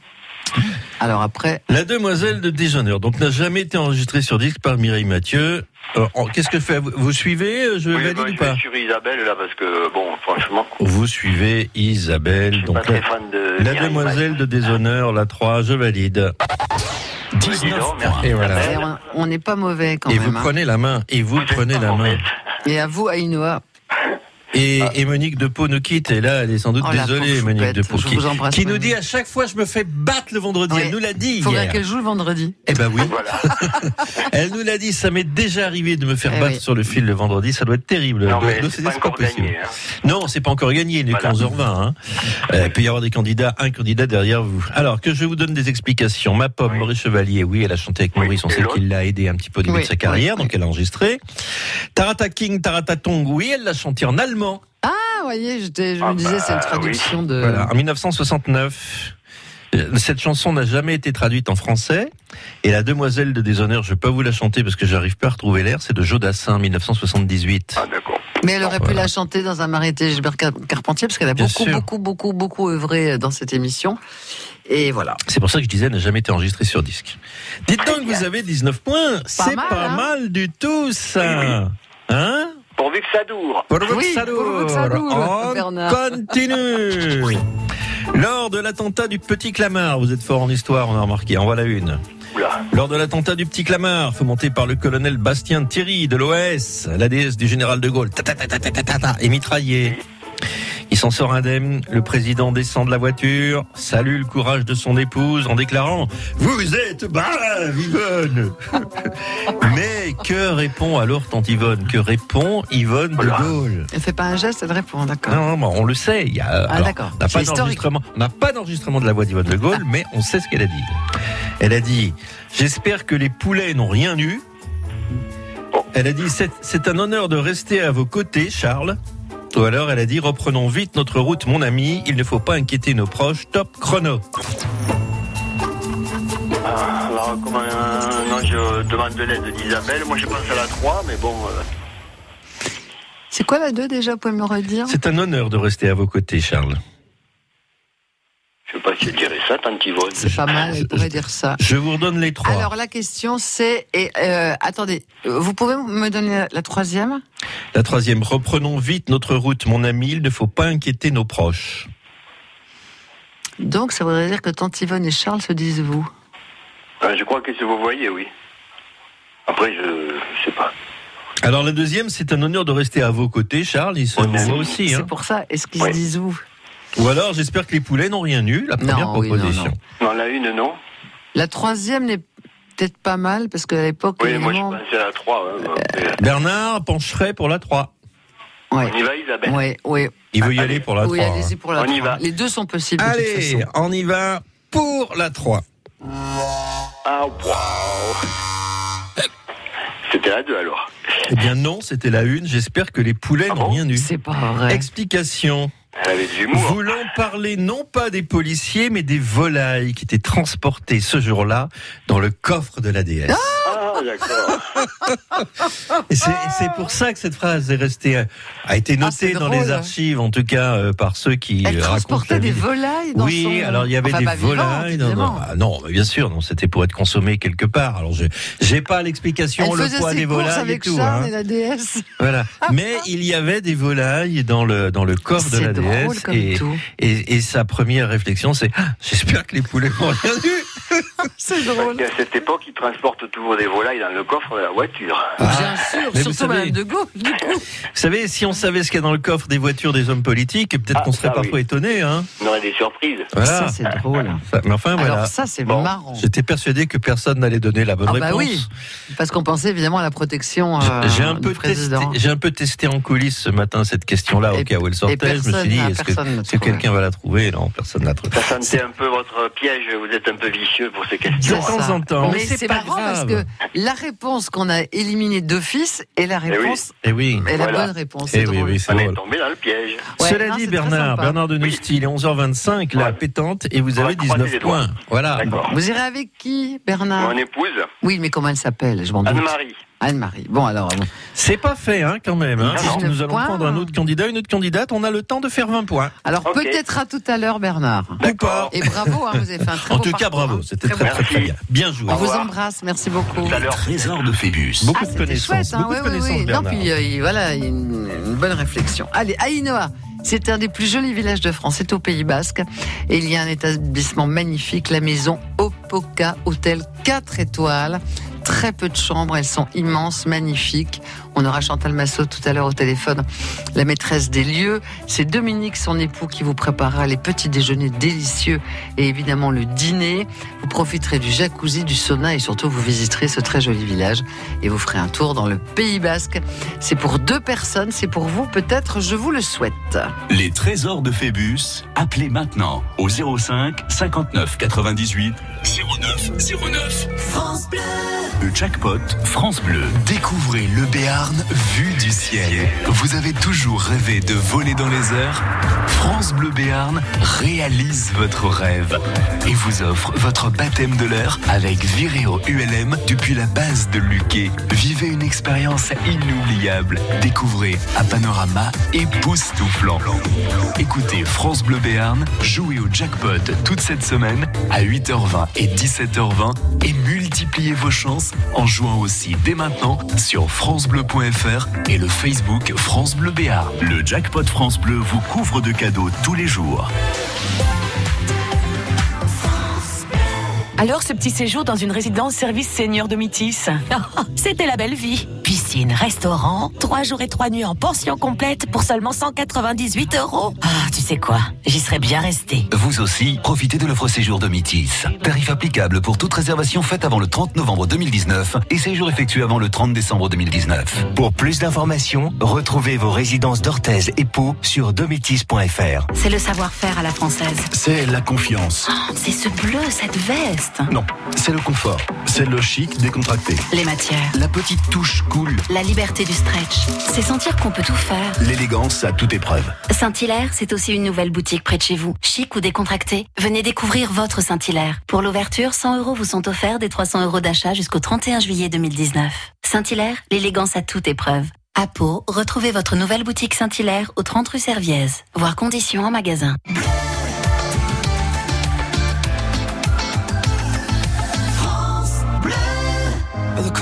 Speaker 5: Alors après,
Speaker 4: La demoiselle de déshonneur, donc n'a jamais été enregistrée sur disque par Mireille Mathieu. Euh, en- Qu'est-ce que je fais Vous- Vous suivez euh, Je
Speaker 7: oui,
Speaker 4: valide
Speaker 7: bah,
Speaker 4: ou
Speaker 7: je
Speaker 4: pas
Speaker 7: vais sur Isabelle, là, parce que, bon, franchement,
Speaker 4: Vous suivez Isabelle.
Speaker 7: je suis pas
Speaker 4: Donc la,
Speaker 7: très fan de...
Speaker 4: la
Speaker 7: Mireille
Speaker 4: demoiselle
Speaker 7: Mathieu.
Speaker 4: de déshonneur, la 3, je valide.
Speaker 7: dis donc,
Speaker 4: 19 points.
Speaker 7: merci.
Speaker 4: Et voilà.
Speaker 5: Et on- Ah ben, On n'est pas mauvais quand
Speaker 4: Et
Speaker 5: même.
Speaker 4: vous
Speaker 5: hein.
Speaker 4: prenez la main, et vous prenez la main.
Speaker 5: Et à vous, Aïnoa.
Speaker 4: Et,
Speaker 7: Ah.
Speaker 4: et Monique de Pau nous quitte, et là, elle est sans doute
Speaker 5: Oh, la
Speaker 4: désolée,
Speaker 5: pauvre
Speaker 4: Monique de
Speaker 5: choupette,
Speaker 4: Pau,
Speaker 5: je
Speaker 4: qui,
Speaker 5: vous embrasse,
Speaker 4: qui nous
Speaker 5: Monique.
Speaker 4: dit à chaque fois, je me fais battre le vendredi.
Speaker 5: Ouais.
Speaker 4: Elle nous l'a dit
Speaker 5: Il faudrait
Speaker 4: hier.
Speaker 5: qu'elle joue le vendredi.
Speaker 4: Eh ben oui,
Speaker 7: Voilà.
Speaker 4: elle nous l'a dit, ça m'est déjà arrivé de me faire
Speaker 5: Eh
Speaker 4: battre
Speaker 5: oui.
Speaker 4: sur le fil le vendredi, ça doit être terrible.
Speaker 7: Non,
Speaker 4: Nous,
Speaker 7: mais
Speaker 4: nous,
Speaker 7: c'est pas
Speaker 4: c'est
Speaker 7: encore
Speaker 4: possible.
Speaker 7: gagné. hein.
Speaker 4: Non, c'est pas encore gagné, il est
Speaker 7: Voilà.
Speaker 4: 11h20. hein. Euh, il peut y avoir des candidats, un candidat derrière vous. Alors que je vous donne des explications. Ma pomme,
Speaker 7: Oui.
Speaker 4: Maurice Chevalier, oui, elle a chanté avec
Speaker 7: Oui,
Speaker 4: Maurice, on
Speaker 7: et
Speaker 4: sait
Speaker 7: l'autre
Speaker 4: qu'il l'a aidé un petit peu au début
Speaker 5: Oui,
Speaker 4: de sa carrière,
Speaker 5: oui,
Speaker 4: donc elle a enregistré. Tarata King, Tarata Tong, oui, elle l'a chanté en allemand.
Speaker 5: Ah, voyez, j'étais- je
Speaker 7: Ah
Speaker 5: me disais,
Speaker 7: bah,
Speaker 5: c'est une traduction de.
Speaker 4: Voilà, en 1969. Euh, Cette chanson n'a jamais été traduite en français. Et La Demoiselle de Déshonneur, je peux pas vous la chanter parce que j'arrive pas à retrouver l'air, c'est de Jodassin, 1978.
Speaker 7: Ah, d'accord.
Speaker 5: Mais elle aurait pu
Speaker 4: Voilà.
Speaker 5: la chanter dans un mariage Gilbert Car- Carpentier, parce qu'elle a
Speaker 4: Bien
Speaker 5: beaucoup,
Speaker 4: sûr.
Speaker 5: beaucoup, beaucoup, beaucoup œuvré dans cette émission. Et voilà.
Speaker 4: C'est pour ça que je disais, elle n'a jamais été enregistrée sur disque. Dites donc que vous avez 19 points. C'est
Speaker 5: mal,
Speaker 4: pas
Speaker 5: hein
Speaker 4: mal du tout, ça. Hein
Speaker 7: Pourvu que ça dure.
Speaker 4: Pour le
Speaker 5: Oui,
Speaker 4: Voxadour.
Speaker 5: pour le Voxadour,
Speaker 4: On
Speaker 5: Bernard.
Speaker 4: continue. Lors de l'attentat du petit Clamart, vous êtes fort en histoire, on a remarqué. En voilà une.
Speaker 7: Oula.
Speaker 4: Lors de l'attentat du petit Clamart, fomenté par le colonel Bastien Thierry de l'OS, la déesse du général de Gaulle, ta, ta, ta, ta, ta, ta, ta, ta, est mitraillé. Il s'en sort indemne, le président descend de la voiture, salue le courage de son épouse en déclarant ⁇ Vous êtes brave Yvonne !⁇ Mais que répond alors tante Yvonne Que répond Yvonne de
Speaker 7: Oula.
Speaker 4: Gaulle
Speaker 5: Elle fait pas un geste, elle répond, d'accord.
Speaker 4: non, non, non, on le sait. Il y a,
Speaker 5: Hein Ah,
Speaker 4: alors,
Speaker 5: d'accord.
Speaker 4: on n'a
Speaker 5: C'est
Speaker 4: pas
Speaker 5: historique. Ah.
Speaker 4: d'enregistrement- on n'a pas d'enregistrement de la voix d'Yvonne de Gaulle, mais on sait ce qu'elle a dit. Elle a dit J'espère que les poulets n'ont rien eu. Elle a dit C'est- C'est un honneur de rester à vos côtés, Charles. Ou alors elle a dit Reprenons vite notre route, mon ami. Il ne faut pas inquiéter nos proches. Top chrono.
Speaker 7: Ah, Alors, comme un non, je demande de l'aide d'Isabelle. Moi, je pense à la 3, mais bon. euh,
Speaker 5: C'est quoi la 2 déjà, vous pouvez me redire
Speaker 4: C'est un honneur de rester à vos côtés, Charles.
Speaker 7: je sais pas si je dirais ça, tant qu'ils vont.
Speaker 5: C'est pas mal,
Speaker 4: je-
Speaker 5: elle pourrait dire ça.
Speaker 4: Je vous redonne les trois.
Speaker 5: Alors la question c'est, et euh, attendez, euh, vous pouvez me donner la, la troisième
Speaker 4: La troisième Reprenons vite notre route, mon ami. Il ne faut pas inquiéter nos proches.
Speaker 5: Donc ça voudrait dire que Tante Yvonne et Charles se disent vous.
Speaker 7: Euh, je crois que si vous voyez, oui. Après, je, je sais pas.
Speaker 4: Alors la deuxième, c'est un honneur de rester à vos côtés, Charles. Il se
Speaker 7: Ouais,
Speaker 4: vous
Speaker 7: mais
Speaker 4: voit
Speaker 7: oui,
Speaker 4: aussi. Hein.
Speaker 5: C'est pour ça, est-ce qu'ils
Speaker 7: Ouais.
Speaker 5: se disent vous
Speaker 4: Ou alors, j'espère que les poulets n'ont rien eu. La première
Speaker 5: Non, oui, non,
Speaker 4: proposition.
Speaker 5: non.
Speaker 7: Non, la 1, non.
Speaker 5: La troisième n'est peut-être pas mal, parce qu'à l'époque,
Speaker 7: Oui, moi, je
Speaker 5: évidemment...
Speaker 7: pensais à la 3. hein, mais-
Speaker 4: Bernard pencherait pour la 3.
Speaker 7: On y va, Isabelle.
Speaker 5: Ouais, ouais,
Speaker 4: Il veut y
Speaker 7: Allez.
Speaker 4: aller pour la
Speaker 5: oui,
Speaker 4: 3. hein.
Speaker 5: allez-y pour la
Speaker 7: On y
Speaker 5: trois.
Speaker 7: va.
Speaker 5: Les deux sont possibles de toute
Speaker 4: Allez,
Speaker 5: façon.
Speaker 4: on y va pour la 3.
Speaker 7: Ah, waouh C'était la 2, alors.
Speaker 4: Eh bien non, c'était la une. J'espère que les poulets
Speaker 7: Ah
Speaker 4: n'ont
Speaker 7: bon
Speaker 4: rien eu.
Speaker 5: C'est pas vrai.
Speaker 4: Explication.
Speaker 7: Elle avait de l'humour.
Speaker 4: Voulant parler non pas des policiers, mais des volailles qui étaient transportées ce jour-là dans le coffre de la déesse.
Speaker 7: Ah, d'accord.
Speaker 4: Et c'est et c'est pour ça que cette phrase est restée, euh, a été
Speaker 5: Ah, c'est
Speaker 4: notée dans
Speaker 5: drôle.
Speaker 4: les archives, en tout cas euh, par ceux qui
Speaker 5: Elle
Speaker 4: euh, racontent la
Speaker 5: transportait des
Speaker 4: vie.
Speaker 5: volailles dans
Speaker 4: Oui,
Speaker 5: son-
Speaker 4: alors il y avait
Speaker 5: Enfin,
Speaker 4: des
Speaker 5: pas vivantes,
Speaker 4: volailles. Non, non,
Speaker 5: évidemment.
Speaker 4: ah, non, mais bien sûr, non, c'était pour être consommé quelque part. Alors je j'ai pas l'explication,
Speaker 5: Elle
Speaker 4: le
Speaker 5: faisait
Speaker 4: poids
Speaker 5: ses
Speaker 4: des
Speaker 5: courses
Speaker 4: volailles
Speaker 5: avec
Speaker 4: et tout.
Speaker 5: Charles
Speaker 4: hein.
Speaker 5: et la déesse.
Speaker 4: Voilà. Mais il y avait des volailles dans le dans le corps de la
Speaker 5: Ah, C'est drôle
Speaker 4: déesse
Speaker 5: comme
Speaker 4: et,
Speaker 5: tout.
Speaker 4: et, et sa première réflexion c'est Ah, j'espère que les poulets n'ont rien eu.
Speaker 5: C'est
Speaker 7: Parce
Speaker 5: drôle.
Speaker 7: qu'à cette époque, ils transportent toujours des volailles dans le coffre de la voiture.
Speaker 4: Ah.
Speaker 5: Bien sûr,
Speaker 4: mais vous
Speaker 5: surtout
Speaker 4: savez-
Speaker 5: Madame de Gaulle, du coup.
Speaker 4: Vous savez, si on savait ce qu'il y a dans le coffre des voitures des hommes politiques, peut-être
Speaker 7: Ah,
Speaker 4: qu'on serait
Speaker 7: ça,
Speaker 4: parfois
Speaker 7: oui.
Speaker 4: étonné. Hein.
Speaker 7: On aurait des surprises.
Speaker 5: Ça,
Speaker 4: Voilà.
Speaker 5: c'est drôle.
Speaker 4: Ça- mais enfin voilà.
Speaker 5: Alors, ça, c'est
Speaker 7: Bon.
Speaker 5: marrant.
Speaker 4: J'étais persuadé que personne n'allait donner la bonne
Speaker 5: Ah, bah
Speaker 4: réponse.
Speaker 5: oui. Parce qu'on pensait évidemment à la protection euh,
Speaker 4: J'ai un,
Speaker 5: du
Speaker 4: peu testé,
Speaker 5: président.
Speaker 4: j'ai un peu testé en coulisses ce matin cette question-là, au
Speaker 5: Et-
Speaker 4: cas où elle
Speaker 5: et
Speaker 4: sortait. Je me
Speaker 5: personne
Speaker 4: suis dit,
Speaker 5: n'a-
Speaker 4: est-ce que,
Speaker 5: personne n'a
Speaker 4: est-ce que
Speaker 5: trouvé.
Speaker 4: quelqu'un va la trouver Non, personne ne l'a trouvé.
Speaker 7: Ça sentait un peu votre piège. Vous êtes un peu vicieux pour ces
Speaker 5: C'est
Speaker 7: questions.
Speaker 4: de
Speaker 5: ça.
Speaker 4: temps en temps,
Speaker 5: Mais,
Speaker 4: mais c'est
Speaker 5: c'est
Speaker 4: pas
Speaker 5: marrant parce que
Speaker 4: grave.
Speaker 5: la réponse qu'on a éliminée d'office est la
Speaker 7: oui.
Speaker 5: réponse
Speaker 4: Eh oui.
Speaker 5: est la
Speaker 7: Voilà.
Speaker 5: bonne réponse.
Speaker 4: Eh
Speaker 5: C'est
Speaker 4: oui,
Speaker 5: drôle.
Speaker 4: oui, c'est
Speaker 7: On est
Speaker 4: drôle.
Speaker 7: tombé dans le piège.
Speaker 5: Ouais,
Speaker 4: Cela
Speaker 5: non,
Speaker 4: dit,
Speaker 5: c'est très
Speaker 4: Bernard,
Speaker 5: sympa.
Speaker 4: Bernard de Nusty, il est 11h25, la
Speaker 7: Ouais.
Speaker 4: pétante, et vous
Speaker 7: On va
Speaker 4: avez
Speaker 7: croiser
Speaker 4: 19
Speaker 7: les doigts.
Speaker 4: points. Voilà.
Speaker 7: D'accord.
Speaker 5: Vous irez avec qui, Bernard
Speaker 7: Mon épouse,
Speaker 5: Oui, mais comment elle s'appelle Je m'en doute.
Speaker 7: Anne-Marie.
Speaker 5: Anne-Marie. Bon, alors. bon.
Speaker 4: C'est pas fait, hein, quand même. hein.
Speaker 7: Non,
Speaker 4: Parce que
Speaker 5: non.
Speaker 4: Nous allons
Speaker 5: Points.
Speaker 4: prendre un autre candidat, une autre candidate. On a le temps de faire 20 points.
Speaker 5: Alors,
Speaker 7: Ok.
Speaker 5: peut-être à tout à l'heure, Bernard.
Speaker 7: D'accord.
Speaker 5: Et bravo, hein, vous avez fait un très
Speaker 4: En
Speaker 5: beau
Speaker 4: tout cas,
Speaker 5: parcours,
Speaker 4: bravo.
Speaker 5: hein.
Speaker 4: C'était très,
Speaker 5: beau.
Speaker 4: très, très bien. Bien joué.
Speaker 5: On vous
Speaker 7: revoir.
Speaker 5: embrasse, merci beaucoup.
Speaker 7: Tout à l'heure.
Speaker 3: Trésor de Phébus.
Speaker 4: Beaucoup
Speaker 5: ah,
Speaker 4: de
Speaker 5: c'était
Speaker 4: connaissances.
Speaker 5: chouette, hein,
Speaker 4: beaucoup de
Speaker 5: oui, oui,
Speaker 4: connaissances,
Speaker 5: oui. Non,
Speaker 4: Bernard.
Speaker 5: puis euh, il- voilà, il y a une, une bonne réflexion. Allez, Aïnoa, C'est un des plus jolis villages de France, c'est au Pays Basque. Et il y a un établissement magnifique, la maison Opoka Hôtel 4 étoiles. Très peu de chambres, elles sont immenses, magnifiques. On aura Chantal Massot tout à l'heure au téléphone, la maîtresse des lieux. C'est Dominique, son époux, qui vous préparera les petits déjeuners délicieux et évidemment le dîner. Vous profiterez du jacuzzi, du sauna et surtout vous visiterez ce très joli village et vous ferez un tour dans le Pays Basque. C'est pour deux personnes, c'est pour vous peut-être, je vous le souhaite.
Speaker 3: Les trésors de Phébus, appelez maintenant au 05 59 98 09 09.
Speaker 8: France Bleu,
Speaker 3: Le jackpot France Bleu.
Speaker 9: Découvrez le Béarn vu du ciel. Vous avez toujours rêvé de voler dans les airs France Bleu Béarn réalise votre rêve et vous offre votre baptême de l'air avec Viréo ULM depuis la base de Luquet. Vivez une expérience inoubliable. Découvrez un panorama époustouflant. Écoutez France Bleu Béarn, jouez au jackpot toute cette semaine à 8h20 et 17h20 et multipliez vos chances en jouant aussi dès maintenant sur francebleu.fr et le Facebook France Bleu Béarn.
Speaker 3: Le jackpot France Bleu vous couvre de cadeaux tous les jours.
Speaker 10: Alors, ce petit séjour dans une résidence service senior de Mitis. C'était la belle vie. Piscine, restaurant, trois jours et trois nuits en pension complète pour seulement 198 euros. Ah, tu sais quoi J'y serais bien resté.
Speaker 11: Vous aussi, profitez de l'offre séjour de Mitis. Tarif applicable pour toute réservation faite avant le 30 novembre 2019 et séjour effectué avant le 30 décembre 2019.
Speaker 12: Pour plus d'informations, retrouvez vos résidences d'Orthez et Pau sur domitis.fr.
Speaker 13: C'est le savoir-faire à la française.
Speaker 14: C'est la confiance.
Speaker 13: Oh, c'est ce bleu, cette veste.
Speaker 14: Non, c'est le confort. C'est le chic décontracté.
Speaker 13: Les matières.
Speaker 14: La petite touche cool.
Speaker 13: La liberté du stretch. C'est sentir qu'on peut tout faire.
Speaker 14: L'élégance à toute épreuve.
Speaker 13: Saint-Hilaire, c'est aussi une nouvelle boutique près de chez vous. Chic ou décontracté Venez découvrir votre Saint-Hilaire. Pour l'ouverture, 100 euros vous sont offerts des 300 euros d'achat jusqu'au 31 juillet 2019. Saint-Hilaire, l'élégance à toute épreuve. À Pau, retrouvez votre nouvelle boutique Saint-Hilaire au 30 rue Serviez. Voir conditions en magasin.
Speaker 15: I look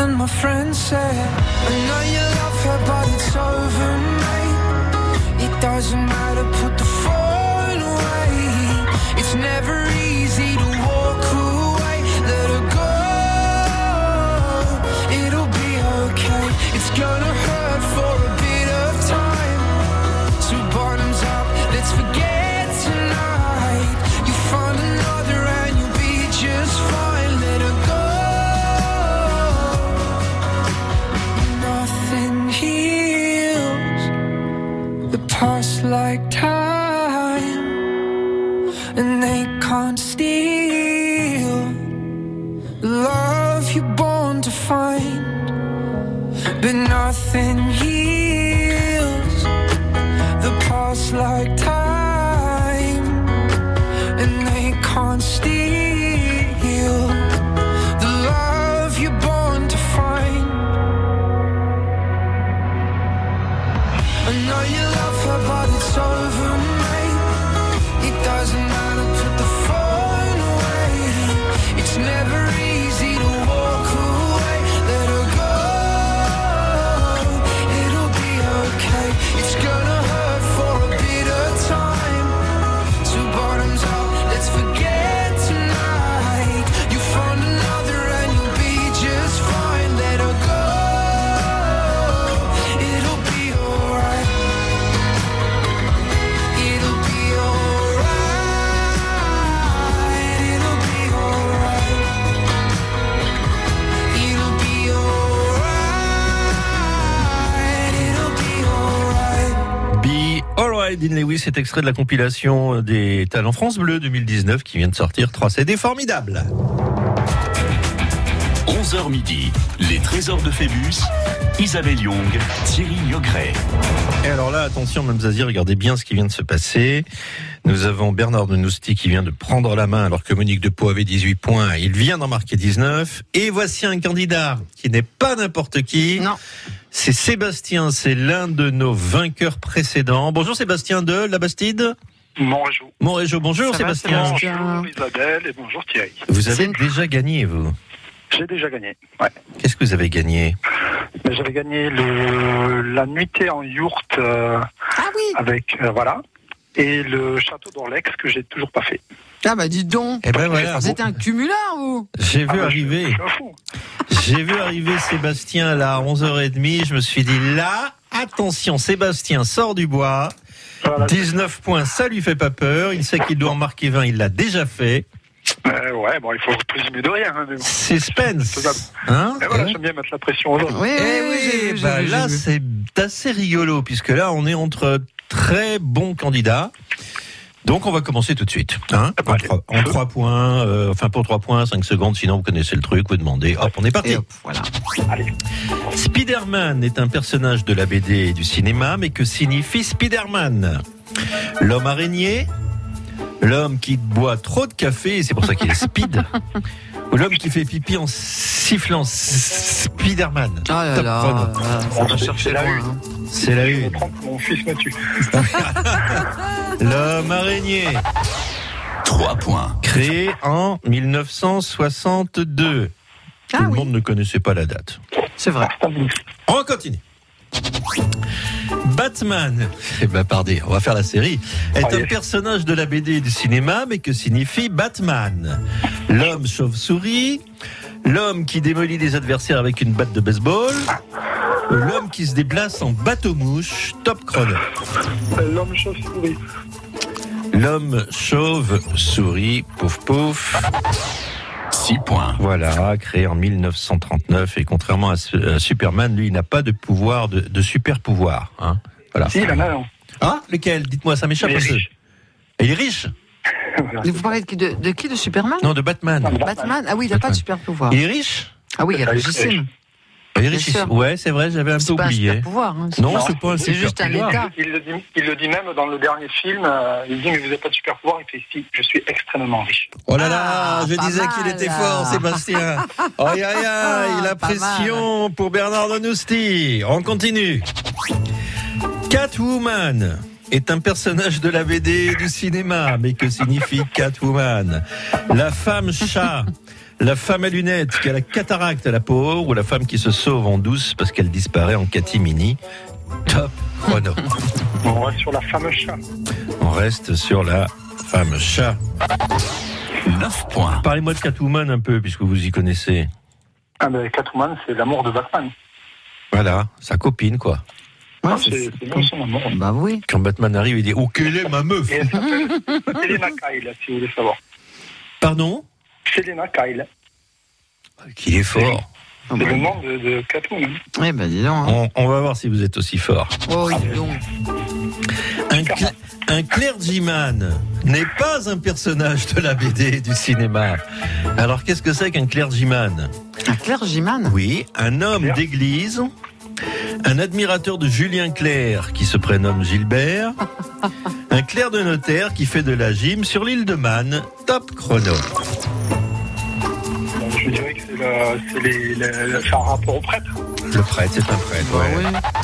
Speaker 15: And my friend said, I know you love her, but it's over, mate. It doesn't matter, put the phone away. It's never easy to walk away. Let her go, it'll be okay. It's gonna hurt for a bit of time. So, bottoms up, let's forget tonight. You find another and you'll be just fine. Let her go. Nothing heals the past like time, and they can't steal the love you're born to find. But nothing heals the past like time, and they can't steal the love you're born to find. I know you love her, but it's over, mate. It doesn't matter, put the phone away. It's never easy to walk away. Let her go, it'll be
Speaker 4: cet extrait de la compilation des Talents France Bleu 2019 qui vient de sortir 3 CD formidables.
Speaker 3: 11h midi, les trésors de Phébus, Isabelle Young, Thierry Yogret.
Speaker 4: Et alors là, attention, Mme Zazie, regardez bien ce qui vient de se passer. Nous avons Bernard de Nousty qui vient de prendre la main alors que Monique de Pau avait 18 points. Il vient d'en marquer 19. Et voici un candidat qui n'est pas n'importe qui. Non. C'est Sébastien, c'est l'un de nos vainqueurs précédents. Bonjour Sébastien de La Bastide.
Speaker 8: Montréjeau.
Speaker 4: Montréjeau, bonjour
Speaker 8: Ça va,
Speaker 4: Sébastien.
Speaker 8: Sébastien Bonjour Isabelle et bonjour Thierry.
Speaker 4: Vous avez déjà gagné, vous.
Speaker 8: J'ai déjà gagné. Ouais.
Speaker 4: Qu'est-ce que vous avez gagné
Speaker 8: Mais J'avais gagné le, la nuitée en yourte euh,
Speaker 4: Ah
Speaker 8: avec euh, voilà et le château d'Orlex que j'ai toujours pas fait.
Speaker 5: Ah bah dis donc
Speaker 4: Eh ben voilà.
Speaker 5: Vous êtes un cumulard vous
Speaker 4: J'ai
Speaker 5: Ah
Speaker 4: vu
Speaker 5: bah,
Speaker 4: arriver. J'ai vu arriver Sébastien là à 11h30. Je me suis dit là, attention, Sébastien sort du bois. 19 points, ça lui fait pas peur. Il sait qu'il doit en marquer 20. Il l'a déjà fait.
Speaker 8: Euh, ouais, bon, il faut plus mieux de rien. hein, mais bon.
Speaker 4: Suspense. Hein
Speaker 8: Mais voilà, j'aime bien mettre la pression aux autres.
Speaker 4: Eh oui, bah là, c'est assez rigolo, puisque là, on est entre très bons candidats. Donc, on va commencer tout de suite. hein. en, trois, en trois points, euh, enfin, pour trois points, cinq secondes, sinon vous connaissez le truc, vous demandez. Hop, on est parti. voilà. Spider-Man est un personnage de la BD et du cinéma, mais que signifie Spider-Man L'homme araignée L'homme qui boit trop de café, et c'est pour ça qu'il est speed Ou l'homme qui fait pipi en sifflant S- Spider-Man Top chrono.
Speaker 8: On va chercher la une.
Speaker 4: C'est la une.
Speaker 8: Mon fils m'a tué.
Speaker 4: L'homme araignée. 3 points. Créé en 1962. Tout le monde ne connaissait pas la date. C'est vrai. On continue. Batman, eh ben pardon, on va faire la série, est un personnage de la BD et du cinéma, mais que signifie Batman L'homme chauve-souris, l'homme qui démolit des adversaires avec une batte de baseball, l'homme qui se déplace en bateau-mouche, top chrono.
Speaker 8: L'homme chauve-souris.
Speaker 4: L'homme chauve souris, pouf pouf. 6 points. Voilà, créé en 1939 et contrairement à, Su- à Superman, lui, il n'a pas de pouvoir de, de super pouvoir. Hein. Voilà.
Speaker 8: Si, il en a un.
Speaker 4: Ah, lequel Dites-moi, ça m'échappe.
Speaker 5: Il est
Speaker 4: parce que-
Speaker 5: riche.
Speaker 4: Et Il est riche.
Speaker 5: Vous parlez de qui de, de qui De Superman
Speaker 4: Non, de Batman.
Speaker 5: Batman Ah oui, il n'a pas de super pouvoir.
Speaker 4: Il est riche
Speaker 5: Ah oui, il est richissime.
Speaker 4: Il est
Speaker 5: Bien
Speaker 4: richissime.
Speaker 5: sûr.
Speaker 4: Ouais, c'est vrai, j'avais un peu
Speaker 5: pas un
Speaker 4: oublié.
Speaker 5: super pouvoir, hein.
Speaker 4: Non, c'est pas un super pouvoir.
Speaker 8: Il le, dit, il le dit même dans le dernier film. euh, il dit Mais vous n'avez pas de super pouvoir. Il fait Si, je suis extrêmement riche.
Speaker 4: Oh là là, je
Speaker 8: Ah, pas
Speaker 4: disais
Speaker 8: mal. Ah,
Speaker 4: qu'il était fort, Sébastien. Aïe, aïe, aïe, la pression pour Bernard Donosti. On continue. Catwoman est un personnage de la BD et du cinéma, mais que signifie Catwoman La femme chat, la femme à lunettes qui a la cataracte à la pauvre, ou la femme qui se sauve en douce parce qu'elle disparaît en catimini. Top chrono.
Speaker 8: On reste sur la fameuse chat.
Speaker 4: On reste sur la femme chat. 9 points. Parlez-moi de Catwoman un peu, puisque vous y connaissez.
Speaker 8: Ah, mais Catwoman, c'est l'amour de Batman.
Speaker 4: Voilà, sa copine, quoi.
Speaker 8: Ah, c'est c'est bien son amour.
Speaker 4: Bah oui. Quand Batman arrive, il dit Oh, quelle est ma meuf
Speaker 8: Et elle s'appelle Selena Kyle, si vous voulez savoir.
Speaker 4: Pardon Ah,
Speaker 8: Selena Kyle.
Speaker 4: Qu'il est fort.
Speaker 8: C'est
Speaker 4: bah.
Speaker 8: le nom de, de hein. Catwoman.
Speaker 4: Eh ben, dis donc. On, on va voir si vous êtes aussi fort.
Speaker 5: Oh,
Speaker 8: Ah,
Speaker 5: dis donc.
Speaker 4: Un, cl- un clergyman n'est pas un personnage de la BD et du cinéma. Alors qu'est-ce que c'est qu'un clergyman
Speaker 5: Un clergyman
Speaker 4: Oui, un homme d'église, un admirateur de Julien Clerc qui se prénomme Gilbert, un clerc de notaire qui fait de la gym sur l'île de Man. Top chrono.
Speaker 8: Bon, Je dirais que c'est le- c'est les- le- c'est un rapport au prêtre.
Speaker 4: Le prêtre, c'est un prêtre. ouais.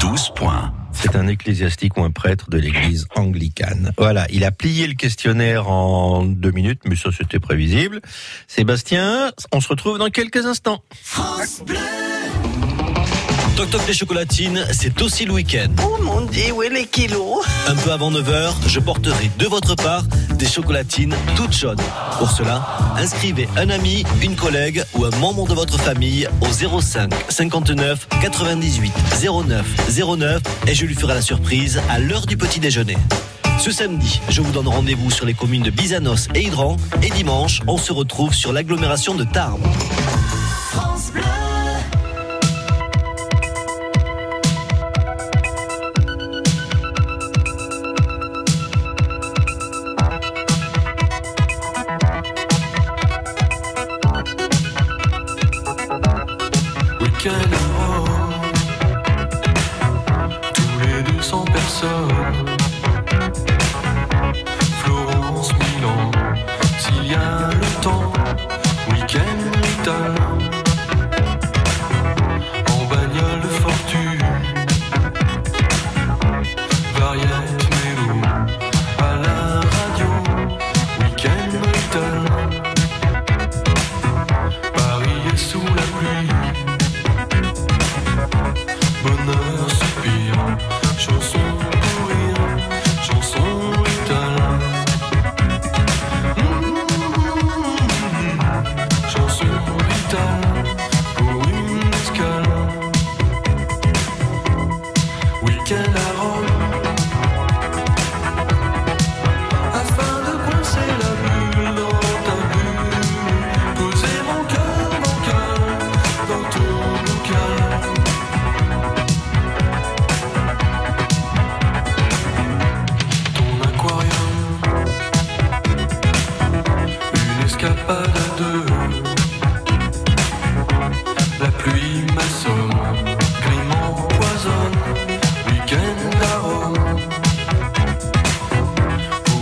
Speaker 4: 12 points. C'est un ecclésiastique ou un prêtre de l'église anglicane. Voilà, il a plié le questionnaire en deux minutes, mais ça c'était prévisible. Sébastien, on se retrouve dans quelques instants.
Speaker 1: Toc Toc des chocolatines, c'est aussi le week-end.
Speaker 16: Oh mon dieu, où est les kilos
Speaker 1: Un peu avant 9h, je porterai de votre part des chocolatines toutes chaudes. Pour cela, inscrivez un ami, une collègue ou un membre de votre famille au 05 59 98 09 09 et je lui ferai la surprise à l'heure du petit déjeuner. Ce samedi, je vous donne rendez-vous sur les communes de Bizanos et Hydran et dimanche, on se retrouve sur l'agglomération de Tarbes.
Speaker 16: France Bleu.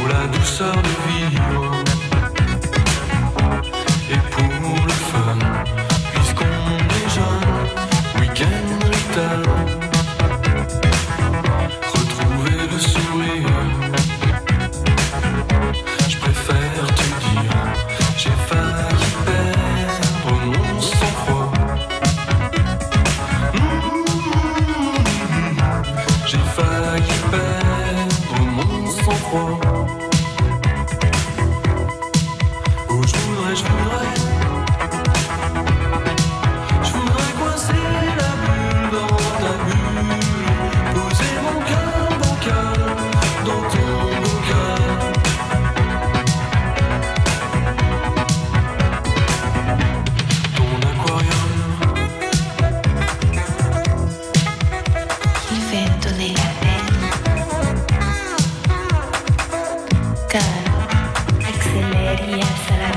Speaker 17: la douceur de vivre et pour le fun, puisqu'on est jeune, week-end létal, retrouver le sourire. Je préfère te dire, j'ai failli perdre mon sang-froid. Mmh. J'ai failli perdre mon sang-froid. Oh, je voudrais, je voudrais. Je voudrais coincer la bulle dans ta bulle. Poser mon cœur, mon cœur, dans ton bocal. Ton aquarium.
Speaker 18: Il fait donner la peine Car accélère à la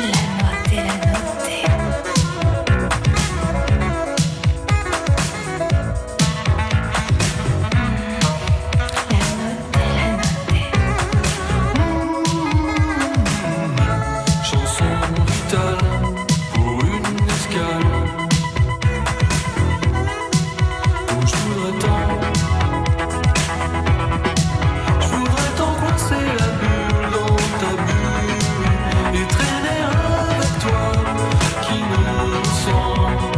Speaker 18: La note et la
Speaker 17: Chanson vitale pour une escale. Où je voudrais tant, je voudrais tant coincer la bulle dans ta bulle et traîner avec toi qui me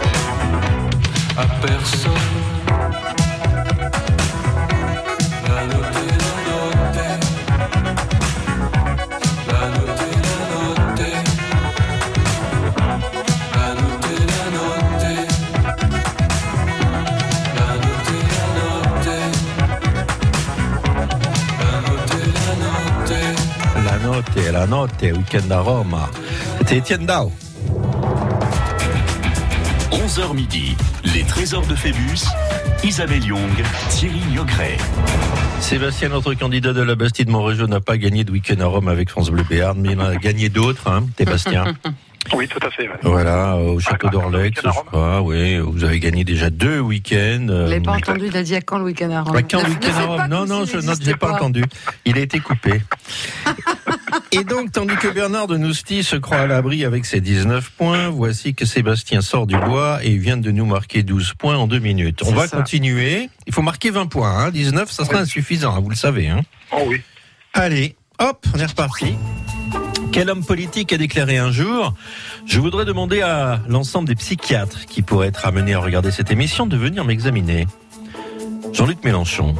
Speaker 17: sent à personne. La note et la note. La note est la note est. La note est la note est. La note est la note est. La note est la note est.
Speaker 4: La note, la note, week-end à Rome. C'était Étienne Dao.
Speaker 3: 11h midi, les trésors de Phébus, Isabelle Young, Thierry Niogret.
Speaker 4: Sébastien, notre candidat de la Bastide Montrégeau, n'a pas gagné de week-end à Rome avec France Bleu Béarn, mais il en a gagné d'autres, hein, Sébastien.
Speaker 8: Oui, tout à fait. ouais.
Speaker 4: Voilà, au château d'Orlex, je crois, oui. Vous avez gagné déjà deux week-ends.
Speaker 5: Je
Speaker 4: euh,
Speaker 5: l'ai pas entendu, il a dit à quand le week-end à Rome
Speaker 4: À quand
Speaker 5: Ne-
Speaker 4: le
Speaker 5: ne
Speaker 4: week-end à
Speaker 5: faites
Speaker 4: Rome
Speaker 5: pas
Speaker 4: Non,
Speaker 5: comme
Speaker 4: non,
Speaker 5: s'il
Speaker 4: je non,
Speaker 5: n'existait
Speaker 4: j'ai pas
Speaker 5: pas.
Speaker 4: entendu. Il a été coupé. Et donc, tandis que Bernard de Nousti se croit à l'abri avec ses 19 points, voici que Sébastien sort du bois et il vient de nous marquer 12 points en deux minutes. On
Speaker 6: C'est
Speaker 4: va
Speaker 6: ça.
Speaker 4: continuer. Il faut marquer 20 points. hein. 19, ça sera insuffisant, hein, vous le savez. Hein.
Speaker 8: Oh oui.
Speaker 4: Allez, hop, on est reparti. Quel homme politique a déclaré un jour Je voudrais demander à l'ensemble des psychiatres qui pourraient être amenés à regarder cette émission de venir m'examiner. Jean-Luc Mélenchon,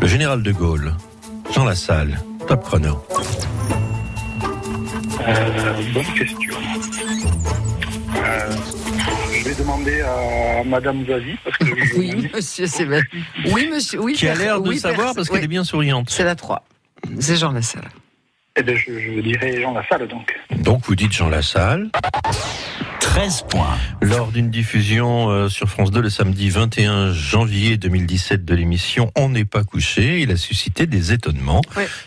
Speaker 4: le général de Gaulle, Jean Lassalle, top chrono.
Speaker 8: Euh, bonne question. Euh, je vais demander à Madame Zazie, parce que je-
Speaker 5: Oui, monsieur Sébastien. Oui, monsieur. Oui,
Speaker 8: Qui a
Speaker 5: pers-
Speaker 8: l'air de
Speaker 5: oui,
Speaker 8: savoir
Speaker 5: pers-
Speaker 8: parce qu'elle
Speaker 5: oui.
Speaker 8: est
Speaker 4: bien souriante.
Speaker 5: C'est la 3. C'est Jean Lassalle.
Speaker 8: eh ben, je, je dirais Jean Lassalle, donc.
Speaker 4: Donc vous dites Jean Lassalle.
Speaker 3: 13 points.
Speaker 4: Lors d'une diffusion euh, sur France 2 le samedi 21 janvier 2017 de l'émission On n'est pas couché, il a suscité des étonnements,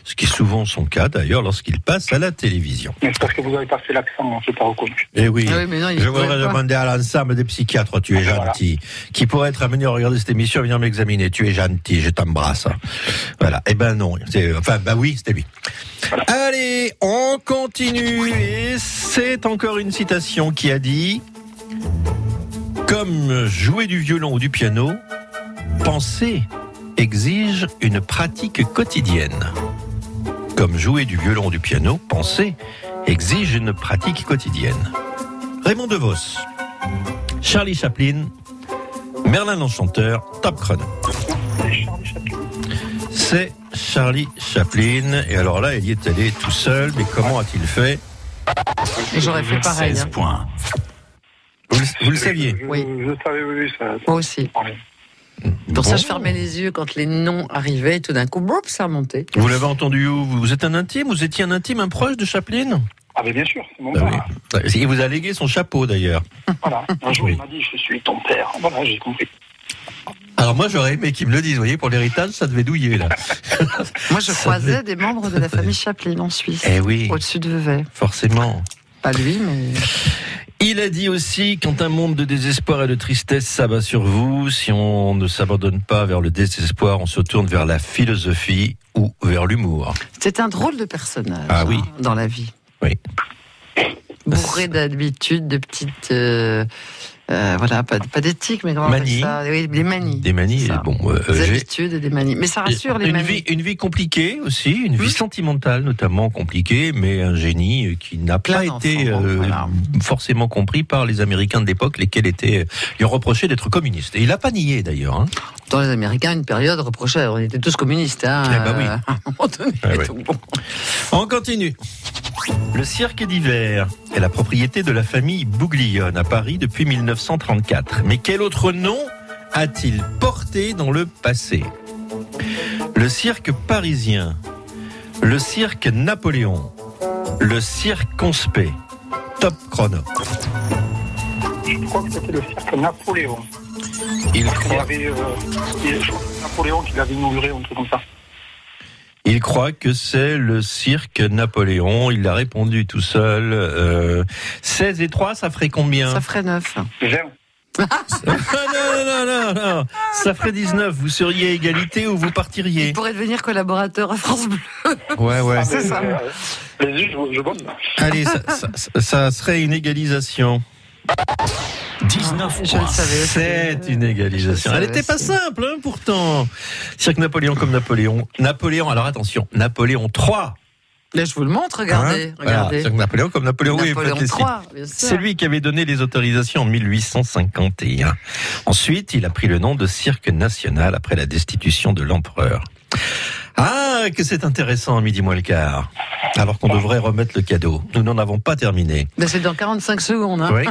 Speaker 4: ce qui est souvent son cas d'ailleurs lorsqu'il passe à la télévision.
Speaker 8: J'espère que vous avez passé l'accent, je pas reconnu.
Speaker 4: Eh oui,
Speaker 8: Ah oui, mais non, il est
Speaker 4: je
Speaker 8: Ah,
Speaker 4: voudrais
Speaker 8: correct,
Speaker 4: demander à l'ensemble des psychiatres, tu es gentil, qui pourraient être amenés à regarder cette émission et venir m'examiner. Tu es gentil, je t'embrasse. Voilà. Eh ben non. c'est- Enfin, bah oui, c'était lui. Allez, on continue. Et c'est encore une citation qui a dit Comme jouer du violon ou du piano, penser exige une pratique quotidienne. Comme jouer du violon ou du piano, penser exige une pratique quotidienne. Raymond DeVos, Charlie Chaplin, Merlin l'Enchanteur, top chrono. C'est Charlie Chaplin. Et alors là, il y est allé tout seul, mais comment a-t-il fait
Speaker 5: J'aurais fait pareil,
Speaker 4: 16
Speaker 5: hein.
Speaker 4: points. Vous le, vous le saviez
Speaker 5: Oui.
Speaker 8: Je savais, oui, oui, ça.
Speaker 5: Moi aussi. Pour
Speaker 4: Bon.
Speaker 5: ça, je fermais les yeux quand les noms arrivaient. et Tout d'un coup, boum, ça remontait.
Speaker 4: Vous l'avez entendu où Vous vous êtes un intime Vous étiez un intime, un proche de Chaplin
Speaker 8: Ah, mais bien sûr, c'est mon
Speaker 4: Ah
Speaker 8: père.
Speaker 4: oui. Il vous a légué son chapeau d'ailleurs.
Speaker 8: Voilà. Un jour, il m'a dit Je suis ton père. Voilà, j'ai compris.
Speaker 4: Alors moi j'aurais aimé qu'il me le dise, vous voyez, pour l'héritage, ça devait douiller là.
Speaker 5: Moi, je
Speaker 4: Ça
Speaker 5: croisais
Speaker 4: devait-
Speaker 5: des membres de la famille Chaplin en Suisse.
Speaker 4: Eh oui.
Speaker 5: Au-dessus de Vevey.
Speaker 4: Forcément.
Speaker 5: Pas lui, mais.
Speaker 4: Il a dit aussi, quand un monde de désespoir et de tristesse s'abat sur vous, si on ne s'abandonne pas vers le désespoir, on se tourne vers la philosophie ou vers l'humour.
Speaker 5: C'est un drôle de personnage.
Speaker 4: Ah bah, oui.
Speaker 5: Dans la vie.
Speaker 4: Oui.
Speaker 5: Bourré d'habitudes, de petites. euh, euh, voilà, pas, pas d'éthique, mais comment on appelle
Speaker 4: Manies.
Speaker 5: ça Oui, des manies.
Speaker 4: Des manies,
Speaker 5: Ça.
Speaker 4: bon, euh,
Speaker 5: Des
Speaker 4: j'ai-
Speaker 5: habitudes et des manies. Mais ça rassure Hmm. les
Speaker 4: une
Speaker 5: manies.
Speaker 4: Vie, une vie compliquée aussi, une vie sentimentale notamment compliquée, mais un génie euh, qui n'a pas été euh, forcément compris par les Américains de l'époque, lesquels étaient euh, lui reprochaient d'être communiste. Et il n'a pas nié d'ailleurs. hein.
Speaker 5: Dans les Américains, une période reprochait. On était tous communistes. Hein,
Speaker 4: Eh ben oui.
Speaker 5: euh, à un moment donné.
Speaker 4: Ah ouais. On continue. Le cirque d'hiver est la propriété de la famille Bouglione à Paris depuis 1934. Mais quel autre nom a-t-il porté dans le passé Le cirque parisien, le cirque Napoléon, le cirque Conspect. Top chrono.
Speaker 8: Je crois que c'était le cirque Napoléon.
Speaker 4: Il
Speaker 8: croit. Il y avait, euh, il- je crois que c'est Napoléon qui l'avait inauguré, un truc comme ça.
Speaker 4: Il croit que c'est le cirque Napoléon. Il a répondu tout seul. Euh, 16 et 3, ça ferait combien
Speaker 5: Ça ferait 9.
Speaker 4: non, Ah, non, non, non, non. Ça ferait 19. Vous seriez égalité ou vous partiriez
Speaker 5: Il pourrait devenir collaborateur à France Bleu.
Speaker 4: Ouais,
Speaker 8: Ah,
Speaker 4: ouais.
Speaker 5: C'est ça.
Speaker 8: Vas-y, euh, je, je bosse.
Speaker 4: Allez, ça, ça- ça serait une égalisation.
Speaker 5: 19 Je le savais aussi.
Speaker 4: C'est une égalisation.
Speaker 5: Je le
Speaker 4: Elle
Speaker 5: savais
Speaker 4: n'était pas
Speaker 5: aussi.
Speaker 4: simple, hein, pourtant. Cirque Napoléon comme Napoléon. Napoléon, alors attention, Napoléon 3.
Speaker 5: Là, je vous le montre, regardez.
Speaker 4: Hein Voilà,
Speaker 5: regardez.
Speaker 4: Cirque Napoléon comme Napoléon. oui,
Speaker 5: Napoléon
Speaker 4: faites les
Speaker 5: III,
Speaker 4: signes.
Speaker 5: bien sûr.
Speaker 4: C'est lui qui avait donné les autorisations en 1851. Ensuite, il a pris le nom de Cirque National après la destitution de l'empereur. Ah, que c'est intéressant, midi moins le quart. Alors qu'on devrait remettre le cadeau. Nous n'en avons pas terminé.
Speaker 5: Ben, c'est dans 45 secondes. Hein.
Speaker 4: Oui.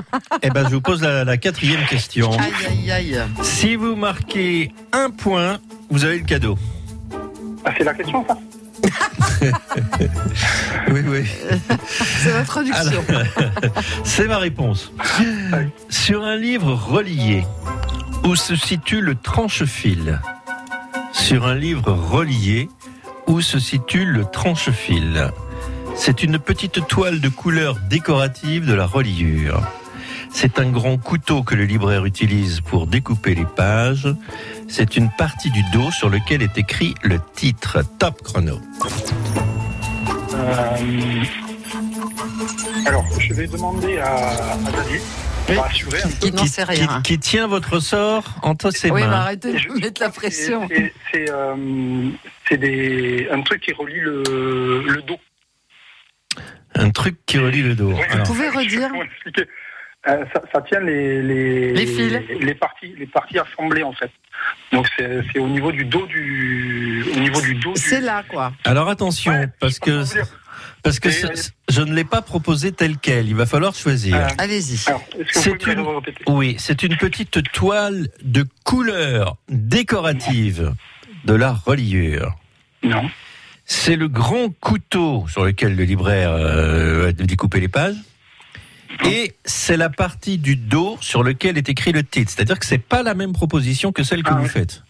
Speaker 4: Eh ben, je vous pose la, la quatrième question.
Speaker 5: Ah, Aïe, aïe, aïe.
Speaker 4: Si vous marquez un point, vous avez le cadeau.
Speaker 8: Ah, c'est la question, ça
Speaker 4: Oui, oui.
Speaker 5: C'est la traduction.
Speaker 4: Alors, C'est ma réponse. Sur un livre relié, où se situe le tranche-fil Sur un livre relié, où se situe le tranche-fil C'est une petite toile de couleur décorative de la reliure. C'est un grand couteau que le libraire utilise pour découper les pages. C'est une partie du dos sur lequel est écrit le titre. Top chrono.
Speaker 8: Euh, Alors, je vais demander à, à Daniel. de rassurer un peu.
Speaker 4: Qui, qui- qui tient votre sort entre ses
Speaker 5: Oui, mais
Speaker 4: mains.
Speaker 5: arrêtez de me mettre la pression.
Speaker 8: C'est- C'est euh, c'est des- un truc qui relie le, le dos.
Speaker 4: Un truc qui relie le dos.
Speaker 8: Vous
Speaker 4: Alors,
Speaker 5: pouvez redire
Speaker 8: Euh, ça, ça tient les, les,
Speaker 5: Les fils.
Speaker 8: les parties, les parties assemblées en fait. Donc c'est c'est au niveau du dos du, au niveau du dos.
Speaker 5: C'est là, quoi.
Speaker 4: alors attention, parce que parce que ce- ce- je ne l'ai pas proposé tel quel. Il va falloir choisir.
Speaker 5: Ah. Allez-y.
Speaker 4: C'est une oui, c'est une petite toile de couleur décorative de la reliure.
Speaker 8: Non.
Speaker 4: C'est le grand couteau sur lequel le libraire euh, a découpé les pages. Et c'est la partie du dos sur lequel est écrit le titre. C'est-à-dire que c'est pas la même proposition que celle que vous faites.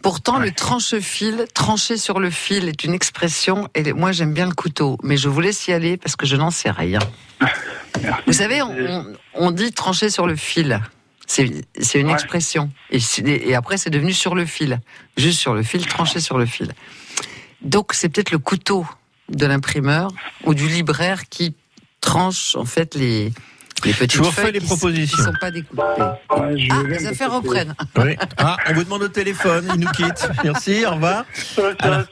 Speaker 5: Pourtant, le tranche-fil, trancher sur le fil est une expression. Et moi, j'aime bien le couteau, mais je vous laisse y aller parce que je n'en sais rien. Vous savez, on, on- on dit trancher sur le fil. C'est c'est une expression. Et, c'est- et après, c'est devenu sur le fil. Juste sur le fil, trancher sur le fil. Donc, c'est peut-être le couteau de l'imprimeur ou du libraire qui tranche, en fait, les, les petites
Speaker 4: Je vous refais
Speaker 5: feuilles
Speaker 4: les
Speaker 5: qui s-
Speaker 4: propositions.
Speaker 5: qui ne sont pas découpées. ah,
Speaker 4: l'aime
Speaker 5: les
Speaker 4: parce
Speaker 5: affaires
Speaker 4: que c'est-
Speaker 5: reprennent.
Speaker 4: Oui. Ah, on vous demande au téléphone, il nous quitte. Merci, au revoir. Alors,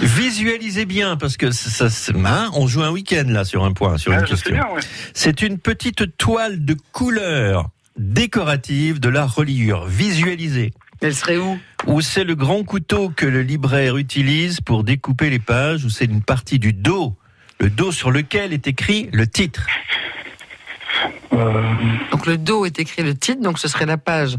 Speaker 4: visualisez bien, parce que ça, ça- c'est- hein, on joue un week-end là sur un point, sur
Speaker 8: Ah,
Speaker 4: une
Speaker 8: je sais
Speaker 4: question.
Speaker 8: bien, ouais.
Speaker 4: C'est une petite toile de couleur décorative de la reliure. Visualisez.
Speaker 5: Elle serait où
Speaker 4: Où c'est le grand couteau que le libraire utilise pour découper les pages, où c'est une partie du dos, le dos sur lequel est écrit le titre.
Speaker 5: Donc le dos est écrit le titre, donc ce serait la page.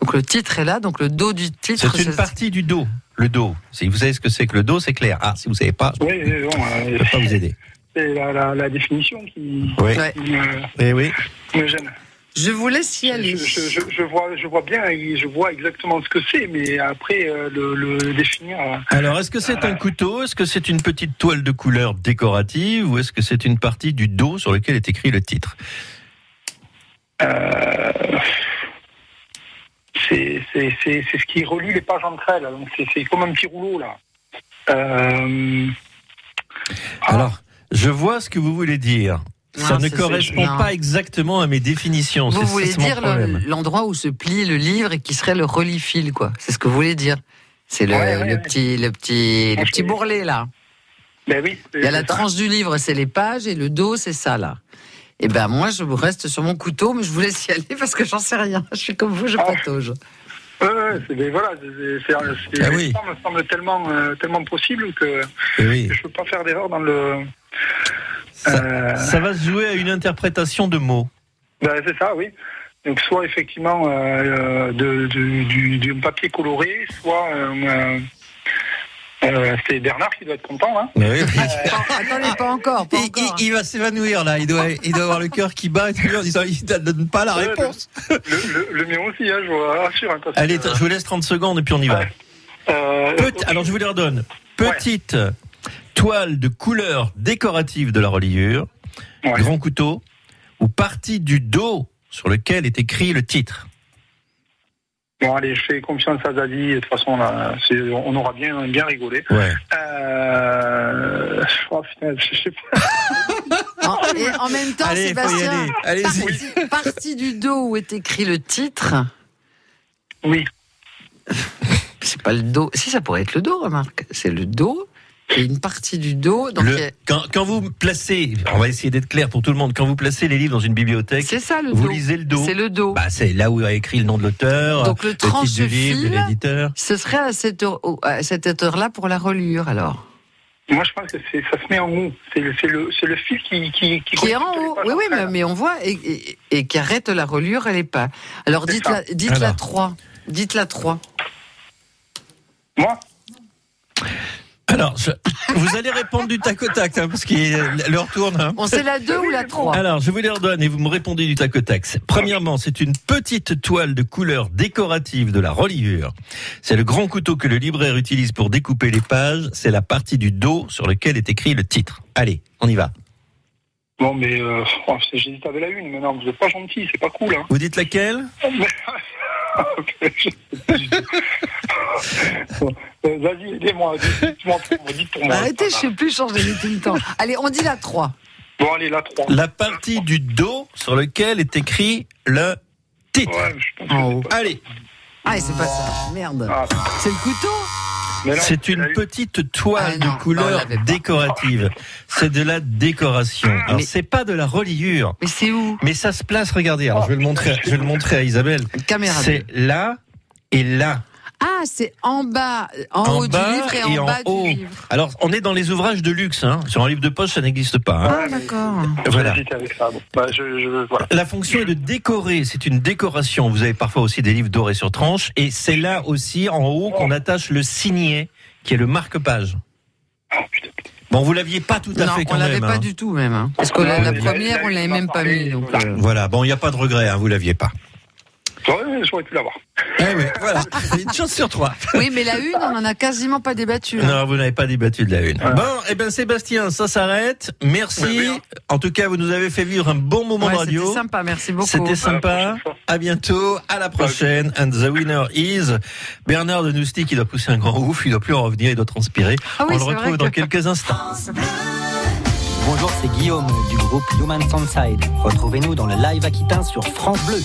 Speaker 5: Donc le titre est là, donc le dos du titre.
Speaker 4: C'est une partie du dos. Le dos. Si vous savez ce que c'est que le dos, c'est clair. Ah, si vous savez pas, je
Speaker 8: Oui, oui, bon, euh,
Speaker 4: ne peux pas vous aider.
Speaker 8: C'est la, la, la définition qui,
Speaker 4: Oui.
Speaker 8: qui me,
Speaker 4: Eh oui.
Speaker 8: me gêne.
Speaker 5: Je vous laisse y aller.
Speaker 8: Je, je- je vois, je vois bien, et je vois exactement ce que c'est, mais après euh, le, le définir. euh,
Speaker 4: Alors, est-ce que c'est un couteau Est-ce que c'est une petite toile de couleur décorative Ou est-ce que c'est une partie du dos sur lequel est écrit le titre
Speaker 8: Euh, c'est, c'est, c'est, c'est ce qui relie les pages entre elles. Donc c'est, c'est comme un petit rouleau là. Euh,
Speaker 4: Alors, je vois ce que vous voulez dire. Ça
Speaker 5: Non,
Speaker 4: ne
Speaker 5: c'est-
Speaker 4: correspond
Speaker 5: c'est- non.
Speaker 4: pas exactement à mes définitions.
Speaker 5: Vous
Speaker 4: c'est- c'est
Speaker 5: voulez
Speaker 4: mon
Speaker 5: dire le-
Speaker 4: problème.
Speaker 5: l'endroit où se plie le livre et qui serait le relis-fil, quoi. C'est ce que vous voulez dire. C'est le,
Speaker 8: Ouais, ouais,
Speaker 5: le
Speaker 8: ouais.
Speaker 5: petit, le petit, le
Speaker 8: Ok.
Speaker 5: petit bourrelet là.
Speaker 8: ben oui.
Speaker 5: Il y a la
Speaker 8: c'est ça.
Speaker 5: tranche du livre, c'est les pages, et le dos, c'est ça là. Et ben moi, je reste sur mon couteau, mais je vous laisse y aller parce que j'en sais rien. Je suis comme vous,
Speaker 8: Ah.
Speaker 5: je patauge.
Speaker 8: Ouais, ouais, c'est, mais voilà, c'est, c'est, c'est-
Speaker 5: Ah
Speaker 8: les
Speaker 5: oui. Eh
Speaker 8: formes me semble tellement, euh, tellement possible que, que je ne peux pas faire d'erreur dans le. Euh,
Speaker 4: Ça va se jouer à une interprétation de mots.
Speaker 8: Ben, c'est ça, oui. Donc soit effectivement euh, euh, de, de- du, du papier coloré, soit euh, euh, euh, c'est Bernard qui doit être content. Hein.
Speaker 5: Attendez, pas encore.
Speaker 4: il, il- il va s'évanouir là. Il doit, il doit avoir le cœur qui bat et tout, en disant il ne donne pas la
Speaker 8: Ouais,
Speaker 4: réponse.
Speaker 8: Le, le- le mien aussi, hein, je vous rassure. hein, parce que-
Speaker 4: Allez, t- je vous laisse 30 secondes et puis on y va.
Speaker 8: Euh,
Speaker 4: Pet- Alors je vous les redonne. Petite toile de couleur décorative de la reliure, grand couteau ou partie du dos sur lequel est écrit le titre.
Speaker 8: Bon, allez, je fais confiance à Zazie. De toute façon, là, c'est- on aura bien, bien rigolé.
Speaker 4: Ouais.
Speaker 8: Euh... Oh, putain, je sais pas.
Speaker 5: En, et Oh, en même temps,
Speaker 8: Allez, faut y
Speaker 5: Sébastien,
Speaker 8: aller. Allez-y.
Speaker 5: partie, partie du dos où est écrit le titre.
Speaker 8: Oui.
Speaker 5: C'est pas le dos. Si ça pourrait être le dos, remarque. C'est le dos et une partie du dos. Donc euh,
Speaker 4: Le-
Speaker 5: il y a-
Speaker 4: quand, quand vous placez, on va essayer d'être clair pour tout le monde, quand vous placez les livres dans une bibliothèque, vous
Speaker 5: dos.
Speaker 4: lisez le dos.
Speaker 5: C'est le dos.
Speaker 4: Bah, c'est là où est écrit le nom de l'auteur,
Speaker 5: Donc, le
Speaker 4: titre du livre, de
Speaker 5: tranche-fil-
Speaker 4: l'éditeur.
Speaker 5: ce serait à cette heure- au- à cette heure-là pour la reliure alors.
Speaker 8: Moi, je pense que c'est- ça se met en haut. C'est le, c'est le, c'est le fil qui, qui, qui,
Speaker 5: Qui est en haut. Oui, oui, mais, mais on voit et, et- et qui arrête la reliure, elle est pas. Alors
Speaker 8: C'est
Speaker 5: dites-la,
Speaker 8: ça.
Speaker 5: dites-la
Speaker 8: Alors.
Speaker 5: 3. Dites-la 3.
Speaker 8: Moi
Speaker 4: Alors, je- vous allez répondre du tac au tac, hein, parce que leur tourne. hein.
Speaker 5: On sait la 2 ou la 3
Speaker 4: Alors, je vous les redonne et vous me répondez du tac au tac. C'est- Premièrement, c'est une petite toile de couleur décorative de la reliure. C'est le grand couteau que le libraire utilise pour découper les pages. C'est la partie du dos sur lequel est écrit le titre. Allez, on y va.
Speaker 8: Bon, mais euh, oh, c'est- j'hésite avec la une. Mais non, vous n'êtes pas gentil. C'est pas cool. Hein.
Speaker 4: Vous dites laquelle
Speaker 8: Bon, euh, Vas-y, aidez-moi. Dites-moi pour moi. Dites pour moi.
Speaker 5: Arrêtez, je sais plus changer tout le temps. Allez, on dit la 3.
Speaker 8: Bon, allez, la 3.
Speaker 4: La partie du dos sur lequel est écrit le titre. Allez,
Speaker 5: Ah, et c'est pas ça. Merde.
Speaker 8: Ah.
Speaker 5: C'est le couteau
Speaker 4: c'est une petite
Speaker 5: Ah
Speaker 4: toile de couleur décorative. C'est de la décoration. Alors, c'est pas de la reliure.
Speaker 5: Ah. Mais c'est où
Speaker 4: Mais ça se place, regardez. Alors, je vais le montrer, je vais le montrer à Isabelle.
Speaker 5: Caméra.
Speaker 4: C'est là et là.
Speaker 5: Ah, c'est en bas, en, haut
Speaker 4: bas
Speaker 5: du livre et, en, bas
Speaker 4: haut.
Speaker 5: du livre.
Speaker 4: Alors, on est dans les ouvrages de luxe. hein. Sur un livre de poche, ça n'existe pas. hein.
Speaker 5: Ah, d'accord.
Speaker 4: Voilà.
Speaker 8: J'hésite avec ça. Bon, bah, je, je, voilà.
Speaker 4: La fonction est de décorer, c'est une décoration. Vous avez parfois aussi des livres dorés sur tranche, et c'est là aussi en haut qu'on
Speaker 8: Oh.
Speaker 4: attache le signet, qui est le marque-page. Bon, vous l'aviez pas tout à
Speaker 5: Non,
Speaker 4: fait
Speaker 5: on
Speaker 4: quand
Speaker 5: l'avait
Speaker 4: même.
Speaker 5: pas
Speaker 4: hein.
Speaker 5: du tout même. hein. Parce que la, la
Speaker 4: Ouais,
Speaker 5: première, on l'avait même pas mis. Donc, euh,
Speaker 4: Voilà, bon, il n'y a pas de regret, hein, vous l'aviez pas.
Speaker 8: Ouais, J'aurais pu l'avoir.
Speaker 4: Eh oui, voilà,
Speaker 5: Ah,
Speaker 4: une chance sur trois.
Speaker 5: Oui, mais la une, on en a quasiment pas débattu. hein.
Speaker 4: Non, vous n'avez pas débattu de la une.
Speaker 5: Voilà.
Speaker 4: Bon, eh ben Sébastien, ça s'arrête. Merci. En tout cas, vous nous avez fait vivre un bon moment
Speaker 5: Ouais,
Speaker 4: de radio.
Speaker 5: C'était sympa, merci beaucoup.
Speaker 4: C'était sympa. À bientôt. À la prochaine. And the winner is Bernard de Nousty qui doit pousser un grand ouf. Il doit plus en revenir. Il doit transpirer.
Speaker 19: Ah oui,
Speaker 4: On le
Speaker 19: c'est vrai
Speaker 4: retrouve
Speaker 19: que-
Speaker 4: dans quelques instants.
Speaker 19: Bonjour, c'est Guillaume du groupe Human Side. Retrouvez-nous dans le live Aquitain sur France Bleu.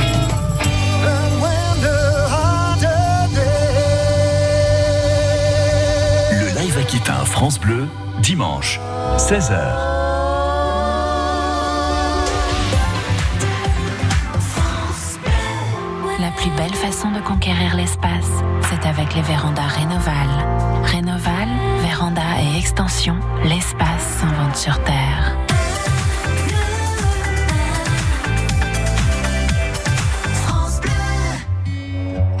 Speaker 17: And when the harder day
Speaker 3: Le live Aquitain France Bleu, dimanche, 16h.
Speaker 18: La plus belle façon de conquérir l'espace, c'est avec les vérandas Rénoval. Rénoval, véranda et extension, l'espace s'invente sur Terre.
Speaker 17: France Bleu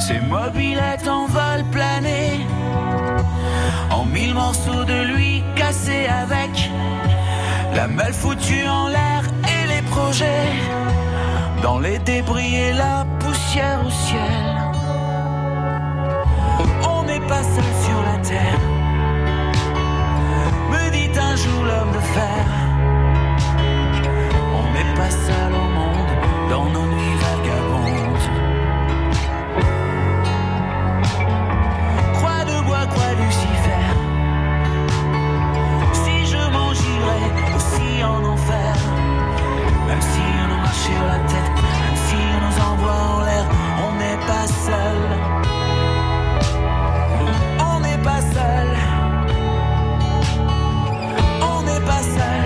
Speaker 20: Ses mobilettes en vol plané, en mille morceaux de lui cassés avec la malle foutue en l'air et les projets dans les débris et la poussière au ciel. On n'est pas seul sur la terre, me dit un jour l'homme de fer. On n'est pas seul au monde dans nos nuits vagabondes. Croix de bois, croix Lucifer. Si je m'en j'irai aussi en enfer, même si on en marche sur la tête, même si on nous envoie en l'air, on n'est pas seul. On n'est pas seul. On n'est pas seul.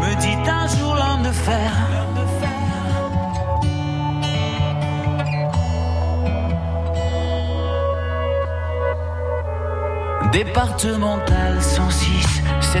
Speaker 20: Me dit un jour l'homme de fer. Départemental 106, c'était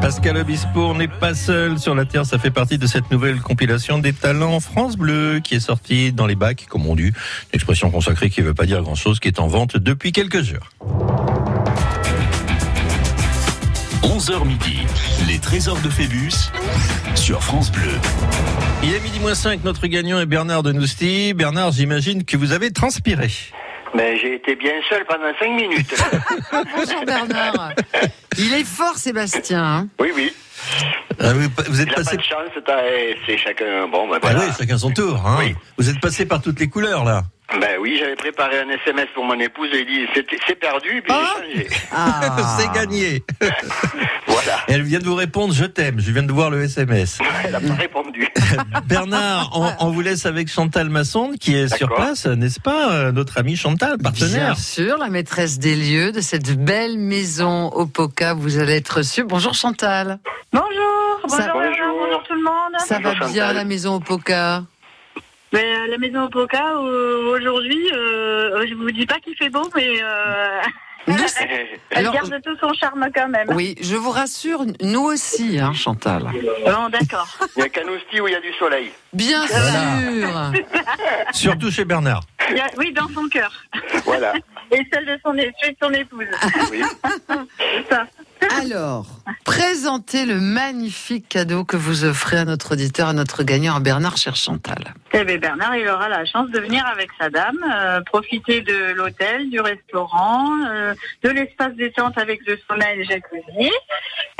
Speaker 4: Pascal Obispo n'est pas seul sur la Terre, ça fait partie de cette nouvelle compilation des talents France Bleu qui est sortie dans les bacs, comme on dit, une expression consacrée qui ne veut pas dire grand-chose, qui est en vente depuis quelques heures.
Speaker 3: 11h midi, les trésors de Phébus sur France Bleu.
Speaker 4: Il est midi moins 5, notre gagnant est Bernard de Nousty. Bernard, j'imagine que vous avez transpiré.
Speaker 7: Mais Ben, j'ai été bien seul pendant 5 minutes.
Speaker 5: Bonjour Bernard. Il est fort Sébastien. hein.
Speaker 7: oui, oui.
Speaker 4: Ah vous, êtes
Speaker 7: passé. de chance, t'as- eh, c'est chacun. Bon, ben
Speaker 4: Ah
Speaker 7: voilà.
Speaker 4: oui, chacun son tour. hein. Vous êtes passé par toutes les couleurs là.
Speaker 7: Ben oui, j'avais préparé un SMS pour mon épouse, j'ai dit c'était- c'est perdu, puis j'ai changé.
Speaker 4: Ah.
Speaker 7: Ah.
Speaker 4: C'est gagné. Et elle vient de vous répondre je t'aime. Je viens de voir le SMS.
Speaker 7: Elle n'a pas répondu.
Speaker 4: Bernard, on, on vous laisse avec Chantal Massonde qui est sur place, n'est-ce pas euh, Notre amie Chantal,
Speaker 5: Bien
Speaker 4: partenaire.
Speaker 5: sûr, la maîtresse des lieux de cette belle maison au Poca, vous allez être reçue. Bonjour Chantal.
Speaker 21: Ah, Bonjour, bonjour,
Speaker 5: Ça-
Speaker 21: bonjour, bonjour tout le monde.
Speaker 5: Ça va bien la maison au Poca
Speaker 21: Mais, euh, la maison au Poca, euh, aujourd'hui, euh, je vous dis pas qu'il fait beau, mais euh, elle
Speaker 5: Alors-
Speaker 21: garde tout son charme quand même.
Speaker 5: Oui, je vous rassure, nous aussi, hein, Chantal.
Speaker 21: Bon, d'accord.
Speaker 7: Il y a qu'à Nousty où il y a du soleil.
Speaker 5: Bien
Speaker 4: Voilà.
Speaker 5: sûr.
Speaker 4: Surtout chez Bernard.
Speaker 21: Il y a- Oui, dans son cœur.
Speaker 7: Voilà.
Speaker 21: Et celle de son, é- celui de son épouse.
Speaker 5: Ah. Alors, présentez le magnifique cadeau que vous offrez à notre auditeur, à notre gagnant, à Bernard Cher Chantal.
Speaker 21: Eh bien, Bernard, il aura la chance de venir avec sa dame, euh, profiter de l'hôtel, du restaurant, euh, de l'espace détente avec le sauna et le jacuzzi.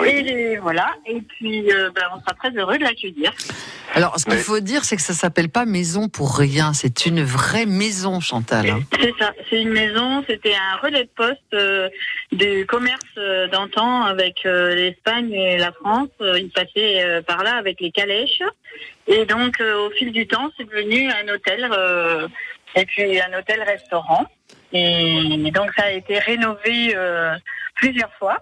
Speaker 21: Et les- voilà. Et puis, euh, ben, on sera très heureux de l'accueillir.
Speaker 5: Alors, ce qu'il faut dire, c'est que ça s'appelle pas maison pour rien. C'est une vraie maison, Chantal. hein.
Speaker 21: C'est ça, c'est une maison, c'était un relais de poste euh, du commerce euh, d'antan avec euh, l'Espagne et la France. Euh, ils passaient euh, par là avec les calèches. Et donc, euh, au fil du temps, c'est devenu un hôtel euh, et puis un hôtel-restaurant. Et donc, ça a été rénové euh, plusieurs fois,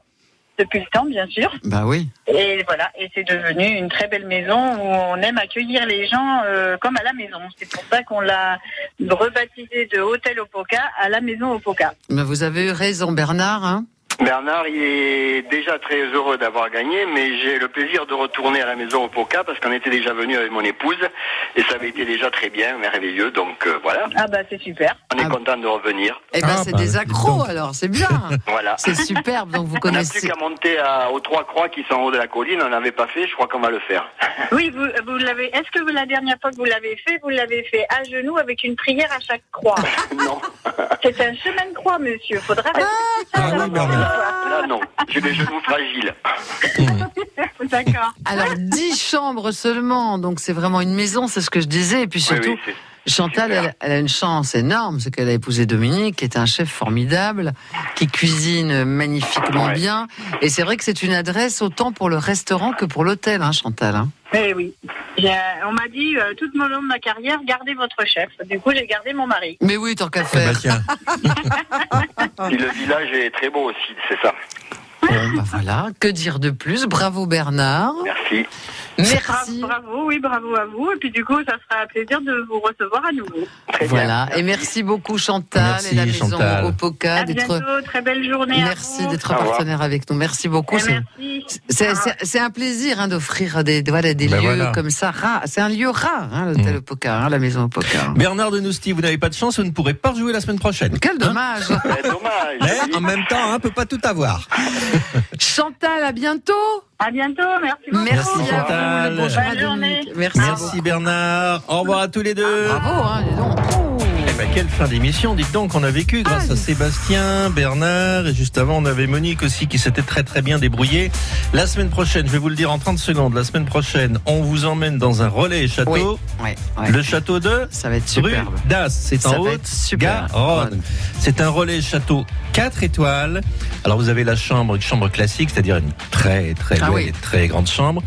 Speaker 21: depuis le temps, bien sûr.
Speaker 5: Bah oui.
Speaker 21: Et voilà, et c'est devenu une très belle maison où on aime accueillir les gens euh, comme à la maison. C'est pour ça qu'on l'a rebaptisé de Hôtel Opoka à la maison Opoka.
Speaker 5: Mais vous avez eu raison, Bernard. hein.
Speaker 7: Bernard, il est déjà très heureux d'avoir gagné, mais j'ai le plaisir de retourner à la maison au Poca parce qu'on était déjà venu avec mon épouse et ça avait été déjà très bien, merveilleux. Donc euh, voilà,
Speaker 21: Ah bah c'est super.
Speaker 7: on est content de revenir.
Speaker 5: Eh ben,
Speaker 7: bah,
Speaker 4: Ah,
Speaker 5: c'est
Speaker 4: bah,
Speaker 5: des accros, alors, c'est bien.
Speaker 7: Voilà.
Speaker 5: C'est superbe, donc
Speaker 7: On n'a
Speaker 5: vous
Speaker 7: plus
Speaker 5: connaissez.
Speaker 7: qu'à monter à- aux trois croix qui sont en haut de la colline. On n'avait pas fait, je crois qu'on va le faire.
Speaker 21: Oui, vous, vous l'avez. Est-ce que vous, la dernière fois que vous l'avez fait, vous l'avez fait à genoux avec une prière à chaque croix
Speaker 7: Non.
Speaker 21: C'est un chemin de croix, monsieur. Faudra respecter
Speaker 4: Ah oui, Bernard.
Speaker 7: Là, non. J'ai des genoux fragiles.
Speaker 21: D'accord.
Speaker 5: Alors, 10 chambres seulement, donc c'est vraiment une maison, c'est ce que je disais. Et puis surtout, Chantal, elle, elle a une chance énorme, c'est qu'elle a épousé Dominique, qui est un chef formidable, qui cuisine magnifiquement bien. Et c'est vrai que c'est une adresse autant pour le restaurant que pour l'hôtel, hein, Chantal. hein.
Speaker 21: Eh oui. J'ai- On m'a dit euh, tout le long de ma carrière, gardez votre chef. Du coup, j'ai gardé mon mari.
Speaker 5: Mais oui, tant qu'à faire.
Speaker 4: Eh ben,
Speaker 7: Et le village est très beau aussi, c'est ça.
Speaker 5: Bon, bah voilà, que dire de plus Bravo Bernard.
Speaker 7: Merci.
Speaker 21: Bravo,
Speaker 5: Merci.
Speaker 21: bravo, oui, bravo à vous. Et puis du coup, ça sera un plaisir de vous recevoir à nouveau.
Speaker 5: Voilà, et merci beaucoup Chantal
Speaker 4: Merci,
Speaker 5: et la maison
Speaker 4: Chantal.
Speaker 5: au
Speaker 21: À
Speaker 5: Poca Ah, d'être
Speaker 21: bientôt, très belle journée. à
Speaker 5: Merci
Speaker 21: vous.
Speaker 5: d'être partenaire avec nous. Merci beaucoup.
Speaker 21: Et
Speaker 5: C'est-
Speaker 21: Eh, merci. Ah.
Speaker 5: C'est c'est- c'est un plaisir hein, d'offrir des, des- voilà, des
Speaker 4: Ben
Speaker 5: lieux
Speaker 4: voilà. Mm.
Speaker 5: comme ça rares. C'est un lieu rare, hein, l'hôtel au Poca, hein, la maison au Poca.
Speaker 4: Bernard de Nousti, vous n'avez pas de chance, vous ne pourrez pas jouer la semaine prochaine. Hein
Speaker 5: Quel dommage.
Speaker 4: Mais en même temps, on ne peut pas tout avoir.
Speaker 5: Chantal, à bientôt.
Speaker 21: À bientôt, merci
Speaker 5: beaucoup. Merci,
Speaker 4: Merci,
Speaker 5: à
Speaker 4: Chantal.
Speaker 5: vous. Bonjour à
Speaker 4: Bonne
Speaker 5: Dominique. Merci.
Speaker 4: Merci Bernard. Au revoir à tous les deux.
Speaker 5: Bravo, hein, dis donc. Oh.
Speaker 4: Eh ben, quelle fin d'émission, dites donc, qu'on a vécu
Speaker 5: Ah,
Speaker 4: grâce à Sébastien, Bernard, et juste avant, on avait Monique aussi qui s'était très très bien débrouillée. La semaine prochaine, je vais vous le dire en 30 secondes, la semaine prochaine, on vous emmène dans un relais et château. Le château de
Speaker 5: Ça va être
Speaker 4: superbe. Das, c'est
Speaker 5: Ça
Speaker 4: en
Speaker 5: va
Speaker 4: haute
Speaker 5: être superbe.
Speaker 4: Garonne. C'est un relais château 4 étoiles. Alors vous avez la chambre, une chambre classique, c'est-à-dire une très très
Speaker 5: Ah
Speaker 4: belle
Speaker 5: oui.
Speaker 4: et très grande chambre.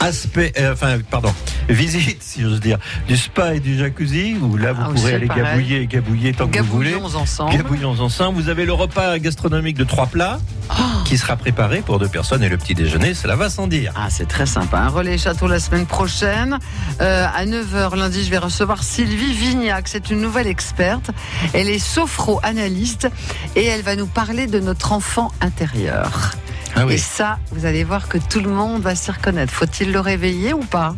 Speaker 4: Aspect, euh, enfin pardon, visite si j'ose dire, du spa et du jacuzzi où là vous
Speaker 5: Ah,
Speaker 4: pourrez
Speaker 5: aussi,
Speaker 4: aller
Speaker 5: pareil.
Speaker 4: gabouiller et gabouiller tant que vous voulez.
Speaker 5: Gabouillons ensemble.
Speaker 4: Gabouillons ensemble. Vous avez le repas gastronomique de trois plats
Speaker 5: Oh.
Speaker 4: qui sera préparé pour deux personnes et le petit déjeuner, cela va sans dire.
Speaker 5: Ah, c'est très sympa. Un relais château la semaine prochaine. Euh, à 9h lundi, je vais recevoir Sylvie Vignac. C'est une nouvelle experte. Elle est sophro-analyste et elle va nous parler de notre enfant intérieur.
Speaker 4: Ah oui.
Speaker 5: Et ça, vous allez voir que tout le monde va s'y reconnaître. Faut-il le réveiller ou pas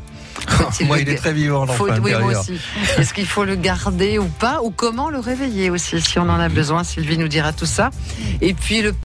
Speaker 5: Faut-il
Speaker 4: Moi,
Speaker 5: le
Speaker 4: il est
Speaker 5: ga-
Speaker 4: très vivant, l'enfant
Speaker 5: Faut- Oui, moi
Speaker 4: intérieur.
Speaker 5: aussi. Est-ce qu'il faut le garder ou pas Ou comment le réveiller aussi, si on en a besoin Sylvie nous dira tout ça. Et puis le